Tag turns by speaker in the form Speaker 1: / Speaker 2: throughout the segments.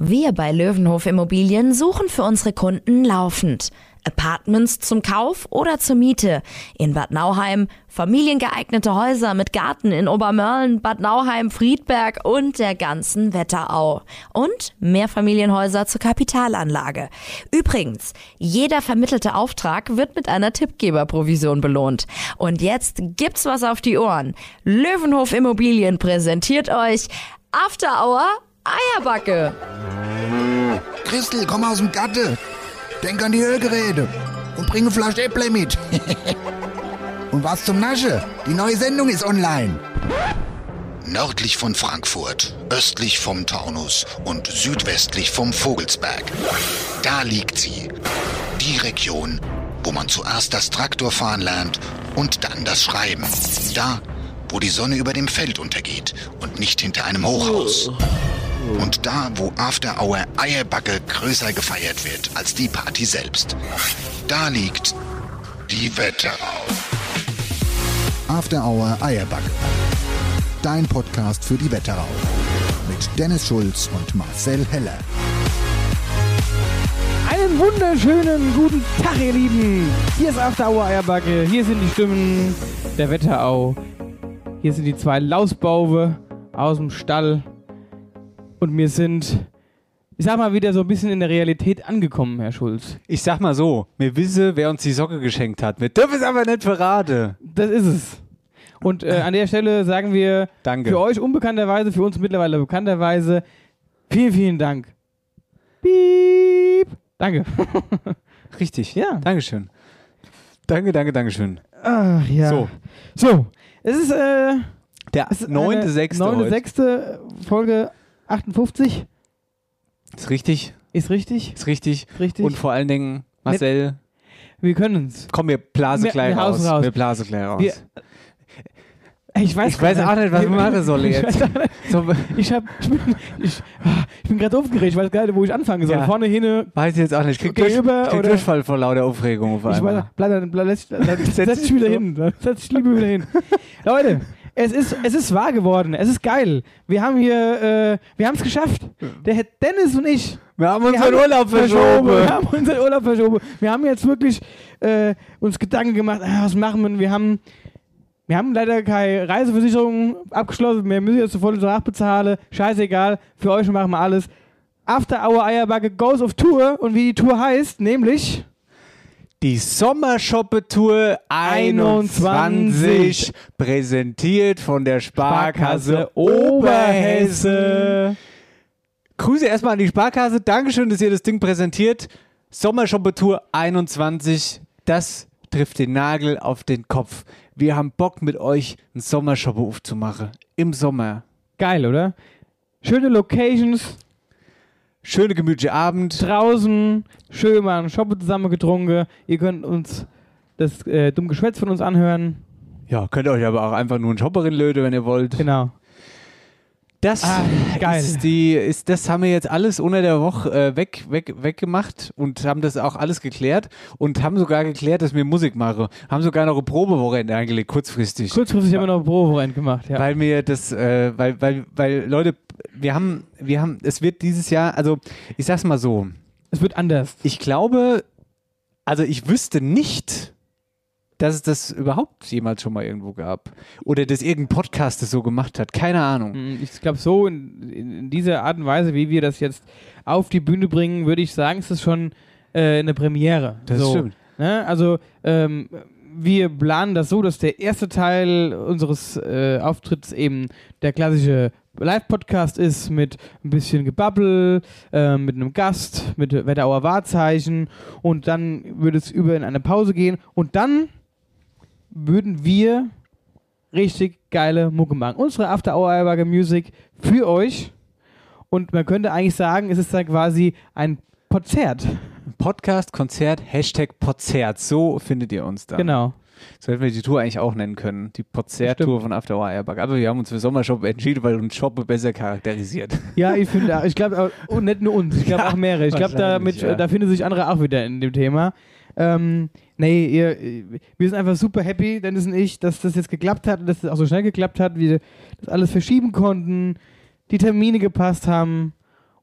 Speaker 1: Wir bei Löwenhof Immobilien suchen für unsere Kunden laufend. Apartments zum Kauf oder zur Miete. In Bad Nauheim familiengeeignete Häuser mit Garten in Obermörlen, Bad Nauheim, Friedberg und der ganzen Wetterau. Und Mehrfamilienhäuser zur Kapitalanlage. Übrigens, jeder vermittelte Auftrag wird mit einer Tippgeberprovision belohnt. Und jetzt gibt's was auf die Ohren. Löwenhof Immobilien präsentiert euch After Hour Eierbacke.
Speaker 2: Christel, komm aus dem Gatte. Denk an die Ölgeräte. Und bringe eine Flasche Äpple mit. und was zum Nasche? Die neue Sendung ist online.
Speaker 3: Nördlich von Frankfurt, östlich vom Taunus und südwestlich vom Vogelsberg. Da liegt sie. Die Region, wo man zuerst das Traktorfahren lernt und dann das Schreiben. Da, wo die Sonne über dem Feld untergeht und nicht hinter einem Hochhaus. Und da, wo After Hour Eierbacke größer gefeiert wird als die Party selbst. Da liegt die Wetterau.
Speaker 2: After Hour Eierback. Dein Podcast für die Wetterau. Mit Dennis Schulz und Marcel Heller.
Speaker 4: Einen wunderschönen guten Tag, ihr Lieben. Hier ist After Hour Eierbacke. Hier sind die Stimmen der Wetterau. Hier sind die zwei Lausbaube aus dem Stall. Und wir sind, ich sag mal, wieder so ein bisschen in der Realität angekommen, Herr Schulz.
Speaker 5: Ich sag mal so, wir wissen, wer uns die Socke geschenkt hat. Wir dürfen es aber nicht verraten.
Speaker 4: Das ist es. Und äh, an der Stelle sagen wir
Speaker 5: Danke.
Speaker 4: für euch unbekannterweise, für uns mittlerweile bekannterweise, vielen, vielen Dank. Piep. Danke.
Speaker 5: Richtig.
Speaker 4: Ja.
Speaker 5: Dankeschön. Danke, danke, Dankeschön.
Speaker 4: Ach ja.
Speaker 5: So,
Speaker 4: So, es ist äh,
Speaker 5: der
Speaker 4: es ist
Speaker 5: neunte,
Speaker 4: eine
Speaker 5: sechste
Speaker 4: neunte,
Speaker 5: heute.
Speaker 4: sechste Folge 58.
Speaker 5: Ist richtig,
Speaker 4: Ist richtig,
Speaker 5: ist richtig.
Speaker 4: richtig.
Speaker 5: Und vor allen Dingen, Marcel,
Speaker 4: wir können es.
Speaker 5: komm, wir blase
Speaker 4: Wir-
Speaker 5: gleich
Speaker 4: wir
Speaker 5: raus.
Speaker 4: haus raus.
Speaker 5: Wir blase gleich raus.
Speaker 4: Wir- Ich weiß,
Speaker 5: ich weiß auch nicht, was wir machen sollen
Speaker 4: Ich weiß
Speaker 5: jetzt.
Speaker 4: auch nicht.
Speaker 5: So,
Speaker 4: Ich, hab, ich bin, ich, ah, ich bin gerade aufgeregt, ich weiß gar nicht, wo ich anfangen soll.
Speaker 5: Ja.
Speaker 4: Vorne hin,
Speaker 5: weiß ich jetzt auch nicht. Ich krieg,
Speaker 4: Geh
Speaker 5: durch,
Speaker 4: über
Speaker 5: ich krieg
Speaker 4: oder-
Speaker 5: Durchfall vor lauter Aufregung auf
Speaker 4: ich
Speaker 5: einmal.
Speaker 4: weiß, bleib, bleib, bleib, setz, setz dich
Speaker 5: dich
Speaker 4: wieder
Speaker 5: so.
Speaker 4: hin. Setz dich lieber wieder hin. Leute, es ist, es ist wahr geworden. Es ist geil. Wir haben hier, äh, wir haben es geschafft. Der Herr Dennis und ich,
Speaker 5: wir haben
Speaker 4: Wir
Speaker 5: unseren
Speaker 4: haben
Speaker 5: Urlaub
Speaker 4: Wir
Speaker 5: verschoben.
Speaker 4: haben unseren Urlaub verschoben. Wir haben jetzt wirklich äh, uns Gedanken gemacht, ah, was machen wir? Wir haben, wir haben leider keine Reiseversicherung abgeschlossen. Wir müssen jetzt sofort nachbezahlen. Scheißegal, für euch machen wir alles. After Hour Eierbacke goes auf Tour und wie die Tour heißt, nämlich
Speaker 5: Die Sommershoppe-Tour 21 präsentiert von der Sparkasse Oberhessen. Grüße erstmal an die Sparkasse. Dankeschön, dass ihr das Ding präsentiert. Sommershoppe-Tour 21. Das trifft den Nagel auf den Kopf. Wir haben Bock mit euch einen Sommershoppe aufzumachen. Im Sommer.
Speaker 4: Geil, oder? Schöne Locations
Speaker 5: Schöne gemütliche Abend.
Speaker 4: draußen, schön mal einen Shoppe zusammen getrunken. Ihr könnt uns das äh, dumme Geschwätz von uns anhören.
Speaker 5: Ja, könnt ihr euch aber auch einfach nur einen Shopperin löte, wenn ihr wollt.
Speaker 4: Genau.
Speaker 5: Das
Speaker 4: Ah, geil.
Speaker 5: ist die, ist, das haben wir jetzt alles unter der Woche äh, weg, weg, weggemacht und haben das auch alles geklärt und haben sogar geklärt, dass wir Musik machen. Haben sogar noch eine Probewochenende eingelegt, kurzfristig.
Speaker 4: Kurzfristig haben wir noch ein Proberennen gemacht, ja.
Speaker 5: Weil mir das, äh, weil, weil, weil, Leute, wir haben, wir haben, es wird dieses Jahr, also ich sag's mal so,
Speaker 4: es wird anders.
Speaker 5: ich glaube, also ich wüsste nicht, dass es das überhaupt jemals schon mal irgendwo gab. Oder dass irgendein Podcast das so gemacht hat. Keine Ahnung.
Speaker 4: Mm, Ich glaube, so in, in in dieser Art und Weise, wie wir das jetzt auf die Bühne bringen, würde ich sagen, ist es schon äh, eine Premiere. so, Ne? Also, ähm, wir planen das so, dass der erste Teil unseres äh, Auftritts eben der klassische Live-Podcast ist mit ein bisschen Gebabbel, äh, mit einem Gast, mit Wetterauer Wahrzeichen und dann würde es über in eine Pause gehen und dann würden wir richtig geile Mucke machen. Unsere After Hour Alberge Music für euch und man könnte eigentlich sagen, es ist dann quasi ein Konzert.
Speaker 5: Podcast, Konzert, Hashtag Podzert. So findet ihr uns dann.
Speaker 4: Genau.
Speaker 5: So hätten wir die Tour eigentlich auch nennen können. Die Podzert-Tour von After Hour Airbag. Aber wir haben uns für Sommershop entschieden, weil uns Shop besser charakterisiert.
Speaker 4: Ja, ich finde, auch- ich glaube, auch- und nicht nur uns, ich glaube auch mehrere. Ich glaube, damit,
Speaker 5: wahrscheinlich, ja.
Speaker 4: da finden sich andere auch wieder in dem Thema. Ähm, nee, ihr, wir sind einfach super happy, Dennis und ich, dass das jetzt geklappt hat und dass das auch so schnell geklappt hat, wir das alles verschieben konnten, die Termine gepasst haben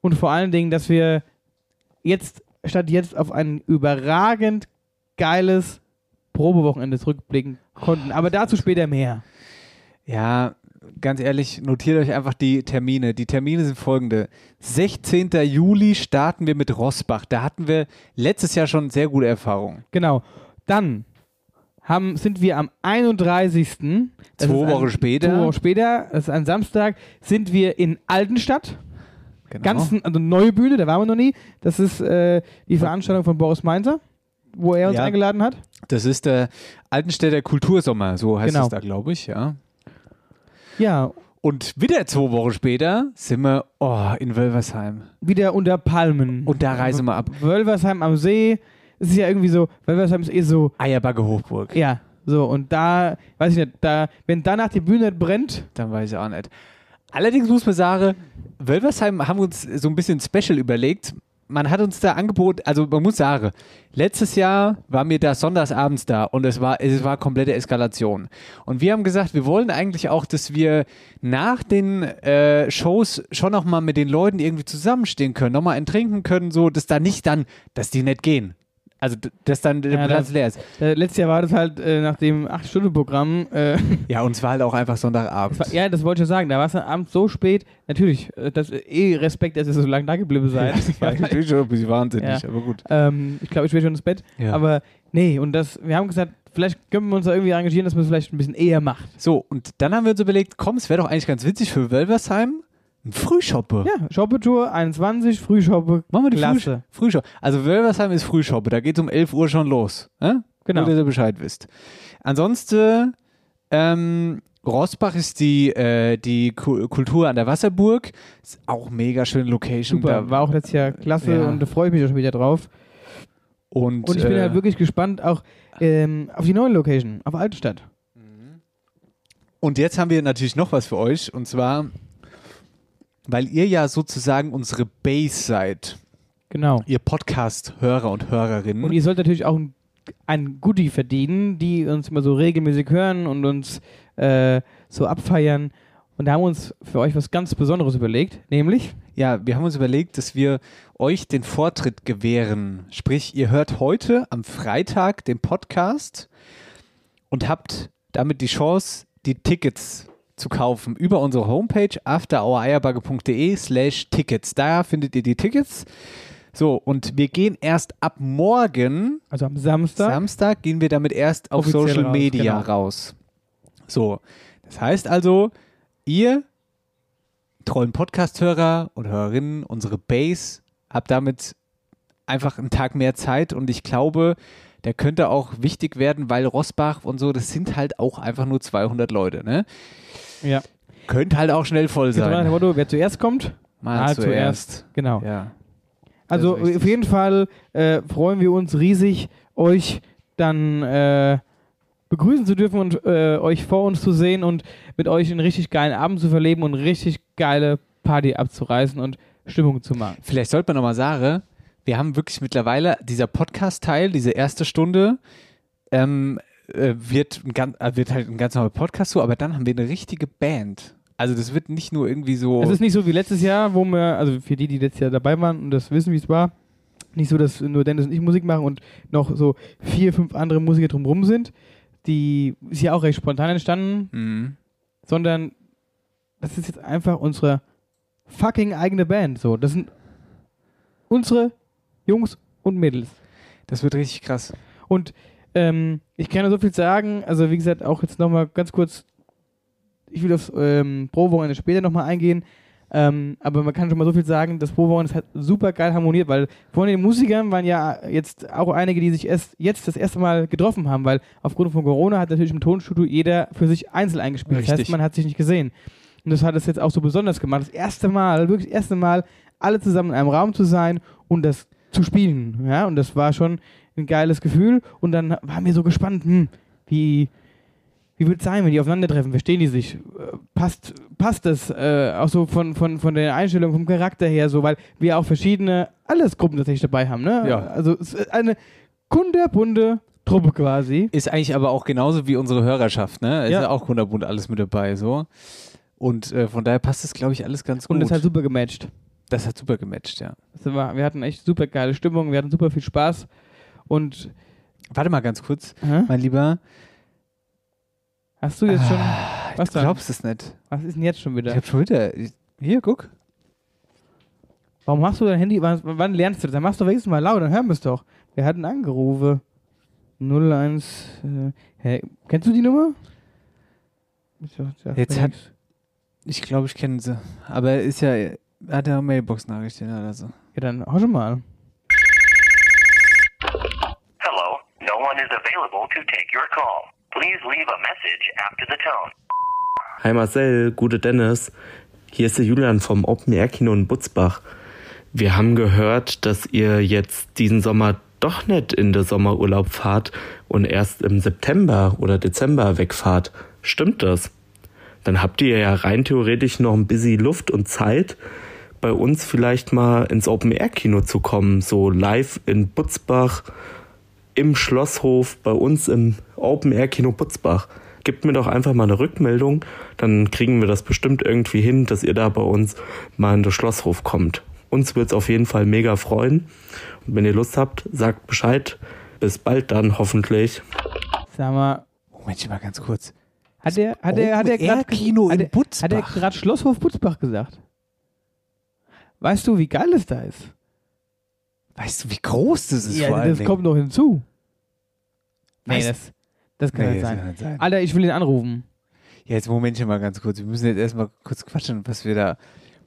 Speaker 4: und vor allen Dingen, dass wir jetzt statt jetzt auf ein überragend geiles Probewochenende zurückblicken konnten. Aber dazu später mehr.
Speaker 5: Ja, ganz ehrlich, notiert euch einfach die Termine. Die Termine sind folgende. 16. Juli starten wir mit Rossbach. Da hatten wir letztes Jahr schon sehr gute Erfahrungen.
Speaker 4: Genau. Dann haben, sind wir am 31. Das
Speaker 5: Zwei
Speaker 4: ist ein-
Speaker 5: Wochen später.
Speaker 4: Zwei Wochen später, das ist ein Samstag, sind wir in Altenstadt.
Speaker 5: Genau.
Speaker 4: Ganzen, also neue Bühne, da waren wir noch nie. Das ist äh, die Veranstaltung von Boris Mainzer, wo er uns
Speaker 5: Ja.
Speaker 4: eingeladen hat.
Speaker 5: das ist der Altenstädter Kultursommer, so heißt
Speaker 4: Genau.
Speaker 5: es da, glaube ich, ja.
Speaker 4: Ja,
Speaker 5: Und wieder zwei Wochen später sind wir oh, in Wölversheim.
Speaker 4: wieder unter Palmen.
Speaker 5: Und da reisen wir ab.
Speaker 4: Wölversheim am See. Es ist ja irgendwie so, Wölversheim ist eh so,
Speaker 5: Eierbacke Hochburg.
Speaker 4: ja, so. Und da, weiß ich nicht, da, wenn danach die Bühne brennt,
Speaker 5: Dann weiß ich auch nicht. Allerdings muss man sagen, Wölversheim haben wir uns so ein bisschen special überlegt. Man hat uns da angeboten, also man muss sagen, letztes Jahr waren wir da sonntags abends da und es war, es war komplette Eskalation. Und wir haben gesagt, wir wollen eigentlich auch, dass wir nach den äh, Shows schon nochmal mit den Leuten irgendwie zusammenstehen können, nochmal ein Trinken können, so, dass da nicht dann, dass die nicht gehen. Also, d- dass dann der
Speaker 4: Ja,
Speaker 5: Platz
Speaker 4: da-
Speaker 5: leer ist.
Speaker 4: äh, letztes Jahr war das halt äh, nach dem 8-Stunden-Programm, äh,
Speaker 5: Ja, und es war halt auch einfach Sonntagabend.
Speaker 4: ja, das wollte ich schon sagen, da war es am Abend so spät, natürlich, äh, das, eh Respekt, dass ihr so lange da geblieben seid.
Speaker 5: ich bin schon ein bisschen wahnsinnig,
Speaker 4: Ja.
Speaker 5: aber gut.
Speaker 4: Ähm, ich glaube, ich will schon ins Bett.
Speaker 5: Ja.
Speaker 4: Aber nee, und das, wir haben gesagt, vielleicht können wir uns da irgendwie engagieren, dass man es vielleicht ein bisschen eher macht.
Speaker 5: So, und dann haben wir uns überlegt, komm, es wäre doch eigentlich ganz witzig für Wölversheim ein Frühschoppe.
Speaker 4: Ja, Shoppetour 21, Frühschoppe.
Speaker 5: Machen wir die
Speaker 4: Klasse.
Speaker 5: Frühsch- Frühschoppe. Also Wölversheim ist Frühschoppe, da geht es um 11 Uhr schon los. Ne?
Speaker 4: Genau.
Speaker 5: Nur, dass ihr Bescheid wisst. Ansonsten, ähm, Rossbach ist die, äh, die Ku- Kultur an der Wasserburg. Ist auch mega schöne Location.
Speaker 4: Super,
Speaker 5: Da.
Speaker 4: war auch letztes Jahr klasse
Speaker 5: Ja.
Speaker 4: und da freue ich mich auch schon wieder drauf.
Speaker 5: Und,
Speaker 4: Und ich bin
Speaker 5: äh,
Speaker 4: halt wirklich gespannt auch ähm, auf die neue Location, auf Altstadt.
Speaker 5: Und jetzt haben wir natürlich noch was für euch. Und zwar, weil ihr ja sozusagen unsere Base seid.
Speaker 4: Genau.
Speaker 5: Ihr Podcast-Hörer und Hörerinnen.
Speaker 4: Und ihr sollt natürlich auch ein, ein Goodie verdienen, die uns immer so regelmäßig hören und uns äh, so abfeiern. Und da haben wir uns für euch was ganz Besonderes überlegt, nämlich
Speaker 5: Ja, wir haben uns überlegt, dass wir euch den Vortritt gewähren. Sprich, ihr hört heute am Freitag den Podcast und habt damit die Chance, die Tickets zu kaufen über unsere Homepage afterhoureierbagge.de slash Tickets. Da findet ihr die Tickets. So, und wir gehen erst ab morgen,
Speaker 4: also am Samstag.
Speaker 5: Samstag, gehen wir damit erst auf
Speaker 4: Offiziell
Speaker 5: Social
Speaker 4: raus,
Speaker 5: Media
Speaker 4: genau.
Speaker 5: raus. So, das heißt also, ihr treuen Podcast-Hörer und Hörerinnen, unsere Base, habt damit einfach einen Tag mehr Zeit und ich glaube, der könnte auch wichtig werden, weil Rosbach und so, das sind halt auch einfach nur 200 Leute, ne?
Speaker 4: ja.
Speaker 5: Könnte halt auch schnell voll
Speaker 4: Getreu nach dem
Speaker 5: sein.
Speaker 4: Motto, wer zuerst kommt,
Speaker 5: Mal
Speaker 4: Ah,
Speaker 5: zuerst.
Speaker 4: Genau.
Speaker 5: Ja.
Speaker 4: also
Speaker 5: das ist richtig.
Speaker 4: auf jeden Fall äh, freuen wir uns riesig, euch dann äh, begrüßen zu dürfen und äh, euch vor uns zu sehen und mit euch einen richtig geilen Abend zu verleben und richtig geile Party abzureißen und Stimmung zu machen.
Speaker 5: Vielleicht sollte man nochmal sagen, wir haben wirklich mittlerweile dieser Podcast-Teil, diese erste Stunde, ähm, äh, wird, ein ganz, äh, wird halt ein ganz normaler Podcast so, aber dann haben wir eine richtige Band. Also das wird nicht nur irgendwie so.
Speaker 4: Es ist nicht so wie letztes Jahr, wo wir, also für die, die letztes Jahr dabei waren und das wissen, wie es war, nicht so, dass nur Dennis und ich Musik machen und noch so vier, fünf andere Musiker drumherum sind. Die ist ja auch recht spontan entstanden.
Speaker 5: Mhm.
Speaker 4: sondern das ist jetzt einfach unsere fucking eigene Band. So, das sind unsere Jungs und Mädels.
Speaker 5: Das wird richtig krass.
Speaker 4: Und ähm, ich kann nur so viel sagen, also wie gesagt, auch jetzt nochmal ganz kurz, ich will aufs ähm, Pro-Wochenende später nochmal eingehen, ähm, aber man kann schon mal so viel sagen, das Pro-Wochenende hat super geil harmoniert, weil von den Musikern waren ja jetzt auch einige, die sich erst jetzt das erste Mal getroffen haben, weil aufgrund von Corona hat natürlich im Tonstudio jeder für sich einzeln eingespielt. Das heißt,
Speaker 5: Richtig.
Speaker 4: man hat sich nicht gesehen. Und das hat es jetzt auch so besonders gemacht. Das erste Mal, wirklich das erste Mal, alle zusammen in einem Raum zu sein und das zu spielen. Ja, und das war schon ein geiles Gefühl. Und dann waren wir so gespannt, hm, wie, wie wird es sein, wenn die aufeinandertreffen? Verstehen die sich? Äh, Passt, passt das äh, auch so von, von, von der Einstellung, vom Charakter her so, weil wir auch verschiedene Altersgruppen tatsächlich dabei haben. Ne?
Speaker 5: Ja.
Speaker 4: Also es ist eine kunderbunte Truppe quasi.
Speaker 5: Ist eigentlich aber auch genauso wie unsere Hörerschaft, ne? Ist
Speaker 4: Ja.
Speaker 5: ja auch kunderbunt alles mit dabei, so. Und äh, von daher passt das, glaube ich, alles ganz
Speaker 4: Und
Speaker 5: gut.
Speaker 4: das hat super gematcht.
Speaker 5: Das hat super gematcht, ja.
Speaker 4: Das war, wir hatten echt super geile Stimmung, wir hatten super viel Spaß und
Speaker 5: Warte mal ganz kurz,
Speaker 4: Hä?
Speaker 5: mein Lieber.
Speaker 4: hast du jetzt schon
Speaker 5: Ah.
Speaker 4: was
Speaker 5: du
Speaker 4: dann?
Speaker 5: glaubst es nicht.
Speaker 4: Was ist denn jetzt schon
Speaker 5: Ich
Speaker 4: wieder?
Speaker 5: hab schon wieder. Hier, guck.
Speaker 4: Warum machst du dein Handy? Wann, wann lernst du das? Dann machst du wenigstens mal laut, dann hören wir es doch. Wir hatten angerufen. 01. Äh, hä, kennst du die Nummer? Ich dachte, das
Speaker 5: Jetzt
Speaker 4: war
Speaker 5: hat-
Speaker 4: nix.
Speaker 5: Ich glaube, ich kenne sie. Aber ist ja. Hat ja Mailbox-Nachrichten oder so.
Speaker 4: Ja, dann hau schon mal an.
Speaker 6: Hello, no one is available to take your call. Please leave a message after the tone.
Speaker 7: Hi Marcel, gute Dennis. Hier ist der Julian vom Open Air Kino in Butzbach. Wir haben gehört, dass ihr jetzt diesen Sommer doch nicht in den Sommerurlaub fahrt und erst im September oder Dezember wegfahrt. Stimmt das? Dann habt ihr ja rein theoretisch noch ein bisschen Luft und Zeit, bei uns vielleicht mal ins Open Air Kino zu kommen, so live in Butzbach im Schlosshof bei uns im Open Air Kino Putzbach. Gebt mir doch einfach mal eine Rückmeldung, dann kriegen wir das bestimmt irgendwie hin, dass ihr da bei uns mal in den Schlosshof kommt. Uns wird's auf jeden Fall mega freuen. Und wenn ihr Lust habt, sagt Bescheid. Bis bald dann hoffentlich.
Speaker 4: Sag mal,
Speaker 5: Oh, Moment mal ganz kurz.
Speaker 4: hat der, hat der, hat der
Speaker 5: Open Air
Speaker 4: gerade
Speaker 5: Kino in Butzbach.
Speaker 4: Hat er gerade Schlosshof Butzbach gesagt? Weißt du, wie geil es da ist?
Speaker 5: weißt du, wie groß das ist vor allen
Speaker 4: das
Speaker 5: Dingen?
Speaker 4: kommt noch hinzu. Nee,
Speaker 5: Weißt-
Speaker 4: das, das kann
Speaker 5: Nee,
Speaker 4: nicht
Speaker 5: das
Speaker 4: sein.
Speaker 5: kann nicht sein.
Speaker 4: Alter, ich will ihn anrufen.
Speaker 5: Ja, jetzt Momentchen mal ganz kurz. Wir müssen jetzt erstmal kurz quatschen, was wir da.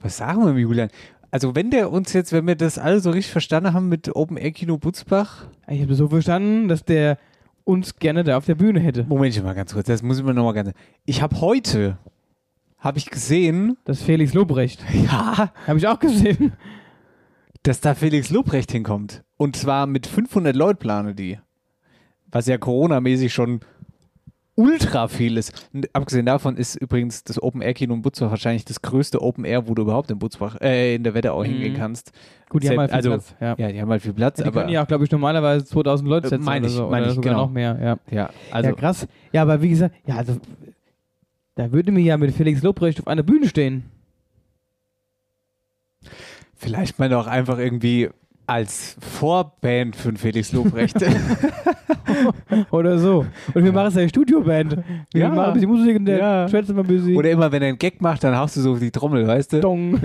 Speaker 5: Was sagen wir mit Julian? Also, wenn der uns jetzt, wenn wir das alle so richtig verstanden haben mit Open Air Kino Butzbach.
Speaker 4: Ich habe so verstanden, dass der uns gerne da auf der Bühne hätte.
Speaker 5: Momentchen mal ganz kurz, das muss ich mir nochmal ganz. Ich habe heute, habe ich gesehen,
Speaker 4: Das ist Felix Lobrecht.
Speaker 5: ja,
Speaker 4: Habe ich auch gesehen.
Speaker 5: dass da Felix Lobrecht hinkommt. Und zwar mit 500 Leuten plane die. Was ja Corona-mäßig schon ultra viel ist. Und abgesehen davon ist übrigens das Open-Air-Kino in Butzbach wahrscheinlich das größte Open-Air, wo du überhaupt in Butzbach, äh, in der Wetterau hingehen kannst.
Speaker 4: Gut, die haben
Speaker 5: Selbst-
Speaker 4: halt viel
Speaker 5: also,
Speaker 4: Platz, ja.
Speaker 5: Ja, die haben halt viel Platz,
Speaker 4: Die
Speaker 5: aber
Speaker 4: können Mhm. ja auch, glaube ich, normalerweise 2000 Leute
Speaker 5: Äh,
Speaker 4: setzen
Speaker 5: meine
Speaker 4: oder
Speaker 5: ich,
Speaker 4: so.
Speaker 5: meine
Speaker 4: oder
Speaker 5: ich,
Speaker 4: sogar
Speaker 5: genau.
Speaker 4: noch mehr. Ja.
Speaker 5: ja, also
Speaker 4: ja, krass. Ja, aber wie gesagt, ja, also da würde mir ja mit Felix Lobrecht auf einer Bühne stehen.
Speaker 5: vielleicht mal noch einfach irgendwie als Vorband für den Felix Lobrecht.
Speaker 4: Oder so. Und wir machen es ja Studioband. Wir
Speaker 5: Ja.
Speaker 4: machen ein bisschen Musik und der
Speaker 5: Ja.
Speaker 4: schwätzen mal ein bisschen.
Speaker 5: Oder immer, wenn er einen Gag macht, dann haust du so auf die Trommel, weißt du?
Speaker 4: Dong.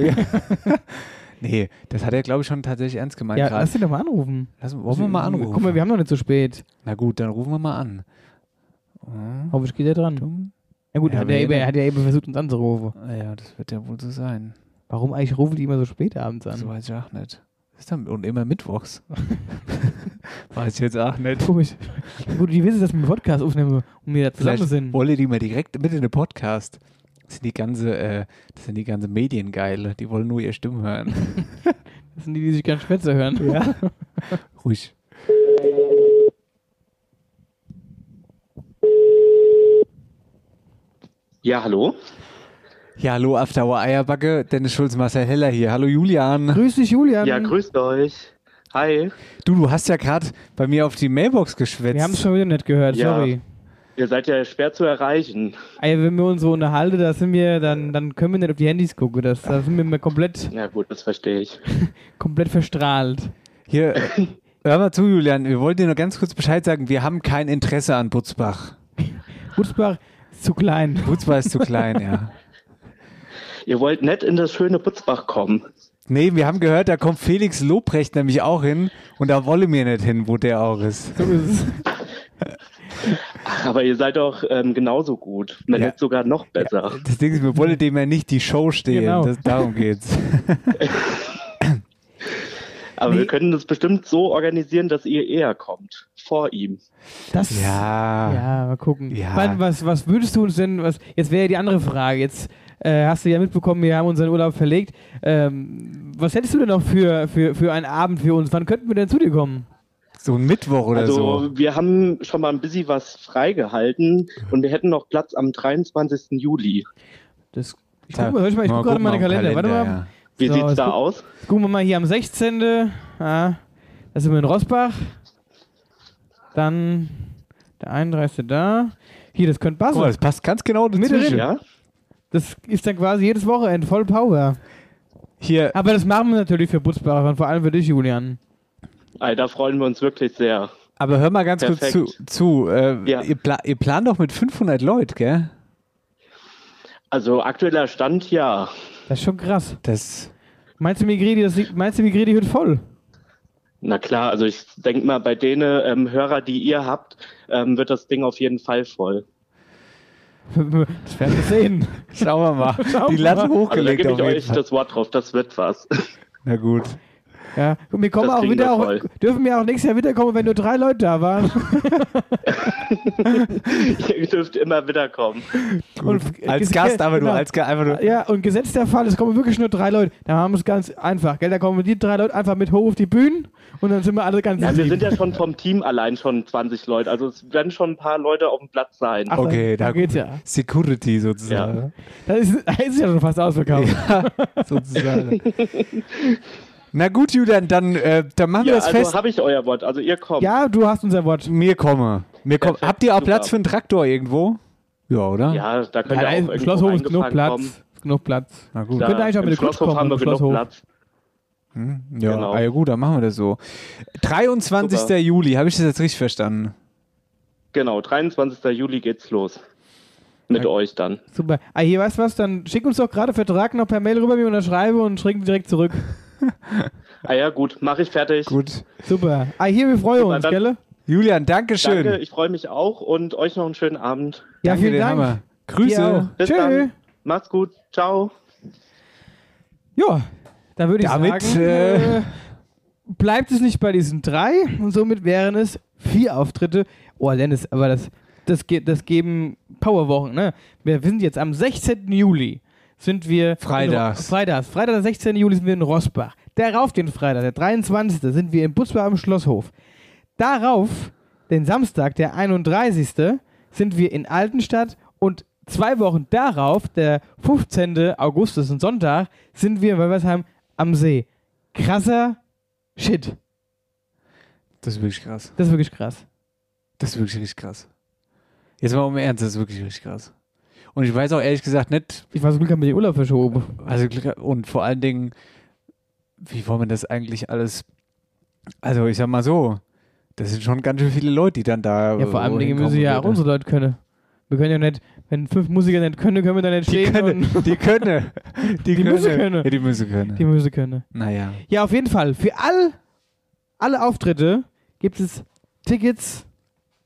Speaker 5: Nee, das hat er, glaube ich, schon tatsächlich ernst gemeint
Speaker 4: Ja,
Speaker 5: gerade.
Speaker 4: lass ihn doch mal anrufen.
Speaker 5: Lass, wollen wir mal anrufen?
Speaker 4: Guck mal, wir haben noch nicht so spät.
Speaker 5: Na gut, dann rufen wir mal an. Hm?
Speaker 4: Hoffentlich geht er dran. Ja gut,
Speaker 5: Ja,
Speaker 4: hat er,
Speaker 5: aber
Speaker 4: eben,
Speaker 5: jeder-
Speaker 4: er hat ja eben versucht, uns anzurufen.
Speaker 5: Ah Ja, das wird ja wohl so sein.
Speaker 4: Warum eigentlich rufen die immer so spät abends
Speaker 5: Das
Speaker 4: an?
Speaker 5: weiß ich auch nicht. Ist dann, und immer mittwochs. Hm. weiß ich jetzt auch nicht.
Speaker 4: Komisch. Ja, gut, die wissen, dass wir einen Podcast aufnehmen um und wir da zusammen
Speaker 5: Vielleicht
Speaker 4: sind.
Speaker 5: wolle die mal direkt mit in den Podcast. Das sind die ganze, äh, das sind die ganze Mediengeile. Die wollen nur ihre Stimme hören.
Speaker 4: Das sind die, die sich ganz schwätzer hören. Ja.
Speaker 5: Ruhig.
Speaker 8: Ja, hallo.
Speaker 5: Ja, hallo Afterhour Eierbacke. Dennis Schulz, Marcel Heller hier. Hallo Julian.
Speaker 4: Grüß dich, Julian.
Speaker 8: Ja, grüßt euch. Hi.
Speaker 5: Du, du hast ja gerade bei mir auf die Mailbox geschwätzt.
Speaker 4: Wir haben es schon wieder nicht gehört,
Speaker 8: Ja.
Speaker 4: sorry.
Speaker 8: Ihr seid ja schwer zu erreichen.
Speaker 4: Ey, wenn wir uns so unterhalten, da sind wir, dann, dann können wir nicht auf die Handys gucken. Das, da sind wir mal komplett,
Speaker 8: Ja, gut, das verstehe ich.
Speaker 4: komplett verstrahlt.
Speaker 5: Hier, hör mal zu, Julian. Wir wollten dir nur ganz kurz Bescheid sagen. Wir haben kein Interesse an Butzbach.
Speaker 4: Butzbach ist zu klein.
Speaker 5: Butzbach ist zu klein, ja.
Speaker 8: Ihr wollt nicht in das schöne Butzbach kommen.
Speaker 5: Nee, wir haben gehört, da kommt Felix Lobrecht nämlich auch hin und da wolle mir nicht hin, wo der auch ist.
Speaker 4: So ist es.
Speaker 8: Aber ihr seid doch ähm, genauso gut. Wenn
Speaker 5: Ja.
Speaker 8: nicht sogar noch besser.
Speaker 5: Das Ding ist, wir wollen dem ja nicht die Show stehlen.
Speaker 4: Genau.
Speaker 5: Das, darum geht's.
Speaker 8: Aber wir können das bestimmt so organisieren, dass ihr eher kommt. Vor ihm.
Speaker 4: Das
Speaker 5: Ja.
Speaker 4: Ja, mal gucken.
Speaker 5: Ja.
Speaker 4: Wann, was, was würdest du uns denn, was, jetzt wäre ja die andere Frage, jetzt äh, hast du ja mitbekommen, wir haben unseren Urlaub verlegt. Ähm, was hättest du denn noch für, für, für einen Abend für uns? Wann könnten wir denn zu dir kommen?
Speaker 5: So ein Mittwoch oder
Speaker 8: Also,
Speaker 5: so.
Speaker 8: wir haben schon mal ein bisschen was freigehalten und wir hätten noch Platz am 23. Juli.
Speaker 4: Das, ich guck mal, hör ich mal, ich guck gerade
Speaker 5: gucken
Speaker 4: mal in
Speaker 5: auf
Speaker 4: den Kalender. Warte mal.
Speaker 5: ja.
Speaker 8: Wie
Speaker 4: So,
Speaker 8: sieht's
Speaker 4: jetzt
Speaker 8: da
Speaker 4: guck-
Speaker 8: aus?
Speaker 4: Gucken wir mal hier am 16. Ja, da sind wir in Rosbach. Dann der 31. da. Hier, das könnte
Speaker 5: Guck mal, das
Speaker 4: passen.
Speaker 5: passt ganz genau
Speaker 4: Mitte
Speaker 5: dazwischen.
Speaker 4: drin.
Speaker 8: Ja?
Speaker 4: Das ist dann quasi jedes Wochenende voll Power.
Speaker 5: Hier,
Speaker 4: Aber das machen wir natürlich für Butzbacher und vor allem für dich, Julian.
Speaker 8: Ey, da freuen wir uns wirklich sehr.
Speaker 5: aber hör mal ganz kurz zu.
Speaker 8: Perfekt.
Speaker 5: zu. Äh,
Speaker 8: Ja.
Speaker 5: ihr, pla ihr plant doch mit 500 Leuten, gell?
Speaker 8: Also aktueller Stand, ja.
Speaker 4: Das ist schon krass.
Speaker 5: Das,
Speaker 4: Meinst du, Migredi, das, meinst du, Migredi wird voll?
Speaker 8: Na klar, also ich denke mal, bei den ähm, Hörer, die ihr habt, ähm, wird das Ding auf jeden Fall voll.
Speaker 4: Das werden wir sehen.
Speaker 5: schauen wir mal.
Speaker 4: Schauen
Speaker 5: Die
Speaker 4: wir
Speaker 5: Latte
Speaker 4: mal.
Speaker 8: Also da
Speaker 5: hochgelegt
Speaker 8: gebe ich
Speaker 5: auf
Speaker 8: euch
Speaker 5: jeden Fall.
Speaker 8: das Wort drauf, das wird was.
Speaker 5: Na gut.
Speaker 4: Ja. Und wir kommen
Speaker 8: Das
Speaker 4: auch
Speaker 8: kriegen
Speaker 4: wieder,
Speaker 8: wir
Speaker 4: auch,
Speaker 8: voll.
Speaker 4: dürfen wir auch nächstes Jahr wiederkommen, wenn nur drei Leute da waren.
Speaker 8: ihr dürft immer wieder kommen.
Speaker 4: Und
Speaker 5: Als
Speaker 4: ges-
Speaker 5: Gast, aber
Speaker 4: genau.
Speaker 5: nur als Ga- einfach nur.
Speaker 4: Ja, und gesetzt der Fall, es kommen wirklich nur drei Leute. Dann haben wir es ganz einfach, gell? Dann kommen die drei Leute einfach mit hoch auf die Bühnen und dann sind wir alle ganz
Speaker 8: Ja, wir
Speaker 4: lieb.
Speaker 8: sind ja schon vom Team allein schon 20 Leute, also es werden schon ein paar Leute auf dem Platz sein.
Speaker 4: Ach,
Speaker 5: Okay,
Speaker 4: dann
Speaker 5: da
Speaker 4: geht's ja.
Speaker 5: Security sozusagen.
Speaker 4: Das ist, das ist ja schon fast ausverkauft.
Speaker 5: sozusagen. Na gut, Julian, dann, äh, dann machen
Speaker 8: Ja,
Speaker 5: wir das
Speaker 8: also
Speaker 5: fest.
Speaker 8: habe ich euer Wort, also ihr kommt.
Speaker 4: Ja, du hast unser Wort.
Speaker 5: Mir komme. Mir komme.
Speaker 8: Perfekt,
Speaker 5: Habt ihr auch
Speaker 8: super.
Speaker 5: Platz für einen Traktor irgendwo? Ja, oder?
Speaker 8: Ja, da könnt ihr auch
Speaker 4: Nein,
Speaker 8: irgendwo
Speaker 4: Im Schlosshof ist genug
Speaker 8: reingefahren
Speaker 4: Platz.
Speaker 8: kommen.
Speaker 4: Ist Genug Platz.
Speaker 5: Na gut.
Speaker 8: Da,
Speaker 4: Könnt ihr eigentlich auch
Speaker 8: Im
Speaker 4: mit der Kutsche
Speaker 8: Schlosshof
Speaker 4: kommen,
Speaker 8: haben wir
Speaker 4: im
Speaker 8: genug
Speaker 4: Schlosshof.
Speaker 8: Platz.
Speaker 5: Ja,
Speaker 8: Genau.
Speaker 5: ah, ja gut, dann machen wir das so. 23.
Speaker 8: Super.
Speaker 5: Juli, habe ich das jetzt richtig verstanden?
Speaker 8: Genau, 23. Juli geht's los. Mit euch dann.
Speaker 4: Super. Ah, hier, weißt du was? Dann schick uns doch gerade Vertrag noch per Mail rüber, wir unterschreiben und schicken direkt zurück.
Speaker 8: Ah ja, gut, mache ich fertig.
Speaker 5: Gut.
Speaker 4: Super. Ah, hier, wir freuen
Speaker 8: Super,
Speaker 4: uns,
Speaker 8: dann-
Speaker 4: gell?
Speaker 5: Julian, Dankeschön.
Speaker 8: Danke, ich freue mich auch und euch noch einen schönen Abend.
Speaker 4: Ja,
Speaker 5: Danke,
Speaker 4: vielen
Speaker 5: den
Speaker 4: Dank.
Speaker 5: Hammer.
Speaker 4: Dir
Speaker 5: Grüße.
Speaker 4: auch.
Speaker 8: Bis
Speaker 4: Tschö.
Speaker 8: dann. Macht's gut. Ciao.
Speaker 4: Ja, da würde ich
Speaker 5: Damit,
Speaker 4: sagen,
Speaker 5: äh,
Speaker 4: äh, bleibt es nicht bei diesen drei und somit wären es vier Auftritte. Oh, Dennis, aber das, das, ge- das geben Powerwochen, ne? Wir sind jetzt am 16. Juli. Sind wir. in Ro-
Speaker 5: Freitags.
Speaker 4: Freitags. Freitag, der 16. Juli sind wir in Rosbach. Darauf den Freitag, der 23. sind wir in Butzbach am Schlosshof. Darauf, den Samstag, der 31. sind wir in Altenstadt und zwei Wochen darauf, der 15. August, das ist ein Sonntag, sind wir in Weibersheim am See. Krasser Shit.
Speaker 5: Das ist wirklich krass.
Speaker 4: Das ist wirklich krass.
Speaker 5: Das ist wirklich richtig krass. Jetzt mal um Ernst, das ist wirklich richtig krass. Und ich weiß auch ehrlich gesagt nicht,
Speaker 4: Ich war so glücklich, haben wir den Urlaub verschoben.
Speaker 5: also Glück- und vor allen Dingen, wie wollen wir das eigentlich alles? Also ich sag mal so, das sind schon ganz schön viele Leute, die dann da.
Speaker 4: Ja, vor allem
Speaker 5: wohin
Speaker 4: Dingen müssen
Speaker 5: kommen
Speaker 4: ja auch
Speaker 5: würden.
Speaker 4: unsere Leute können. Wir können ja nicht, wenn fünf Musiker nicht können, können wir dann nicht
Speaker 5: Die
Speaker 4: stehen
Speaker 5: können,
Speaker 4: und
Speaker 5: die können, die,
Speaker 4: Die
Speaker 5: können.
Speaker 4: müssen können.
Speaker 5: Ja, die müssen können.
Speaker 4: die Musik können.
Speaker 5: naja.
Speaker 4: Ja, auf jeden Fall. Für all, alle Auftritte gibt es Tickets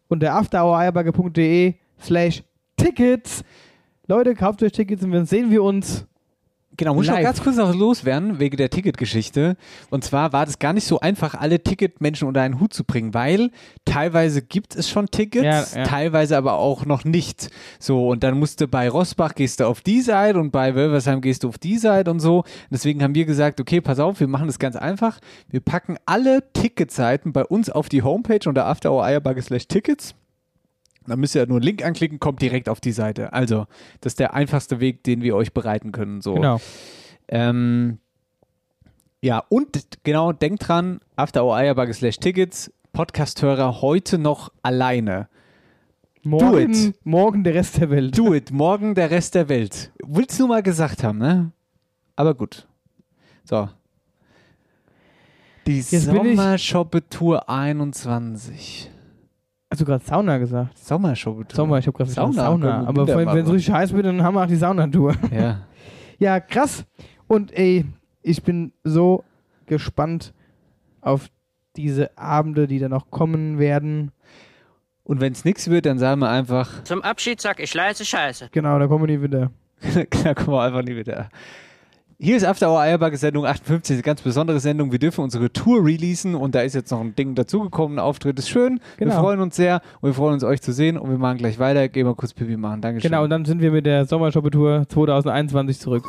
Speaker 4: unter afterhoureierbacke.de slash Tickets. Leute, kauft euch Tickets und dann sehen wir uns.
Speaker 5: Genau, muss ich noch
Speaker 4: Live.
Speaker 5: ganz kurz noch loswerden, wegen der Ticketgeschichte. Und zwar war das gar nicht so einfach, alle Ticketmenschen unter einen Hut zu bringen, weil teilweise gibt es schon Tickets,
Speaker 4: Ja, ja.
Speaker 5: teilweise aber auch noch nicht. So, und dann musste bei Rosbach gehst du auf die Seite und bei Wölversheim gehst du auf die Seite und so. Deswegen haben wir gesagt, okay, pass auf, wir machen das ganz einfach. Wir packen alle Ticketseiten bei uns auf die Homepage unter afterhoureierbagge slash Tickets. Dann müsst ihr nur einen Link anklicken, kommt direkt auf die Seite. Also, das ist der einfachste Weg, den wir euch bereiten können.
Speaker 4: Genau.
Speaker 5: So. Ähm, ja, und genau, denkt dran, after our Eierbagge slash Tickets, Podcasthörer heute noch alleine.
Speaker 4: Morgen,
Speaker 5: it.
Speaker 4: morgen der Rest der Welt.
Speaker 5: Do it, morgen der Rest der Welt. Willst du mal gesagt haben, ne? Aber gut. So. Die
Speaker 4: Jetzt bin ich-
Speaker 5: Sommershoppe-Tour 21.
Speaker 4: Hast du gerade Sauna gesagt?
Speaker 5: Sommershoppe-Tour.
Speaker 4: Sommer, ich habe gerade
Speaker 5: Sauna,
Speaker 4: Sauna. Sauna.
Speaker 5: können wir
Speaker 4: Aber
Speaker 5: Bilder
Speaker 4: wenn es
Speaker 5: machen.
Speaker 4: richtig heiß wird, dann haben wir auch die Saunatour.
Speaker 5: Ja.
Speaker 4: Ja, krass. Und ey, ich bin so gespannt auf diese Abende, die da noch kommen werden.
Speaker 5: Und wenn es nichts wird, dann sagen wir einfach,
Speaker 9: Zum Abschied sag ich leise Scheiße.
Speaker 4: Genau, da kommen wir nie wieder.
Speaker 5: da kommen wir einfach nie wieder. Hier ist After Hour Eierbacke Sendung 58, eine ganz besondere Sendung. Wir dürfen unsere Tour releasen und da ist jetzt noch ein Ding dazugekommen. Ein Auftritt ist schön. Wir
Speaker 4: Genau.
Speaker 5: freuen uns sehr und wir freuen uns, euch zu sehen und wir machen gleich weiter. Gehen wir kurz Pipi machen. Dankeschön.
Speaker 4: Genau, und dann sind wir mit der Sommershoppetour 2021 zurück.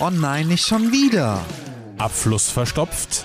Speaker 2: Oh nein, nicht schon wieder.
Speaker 10: Abfluss verstopft?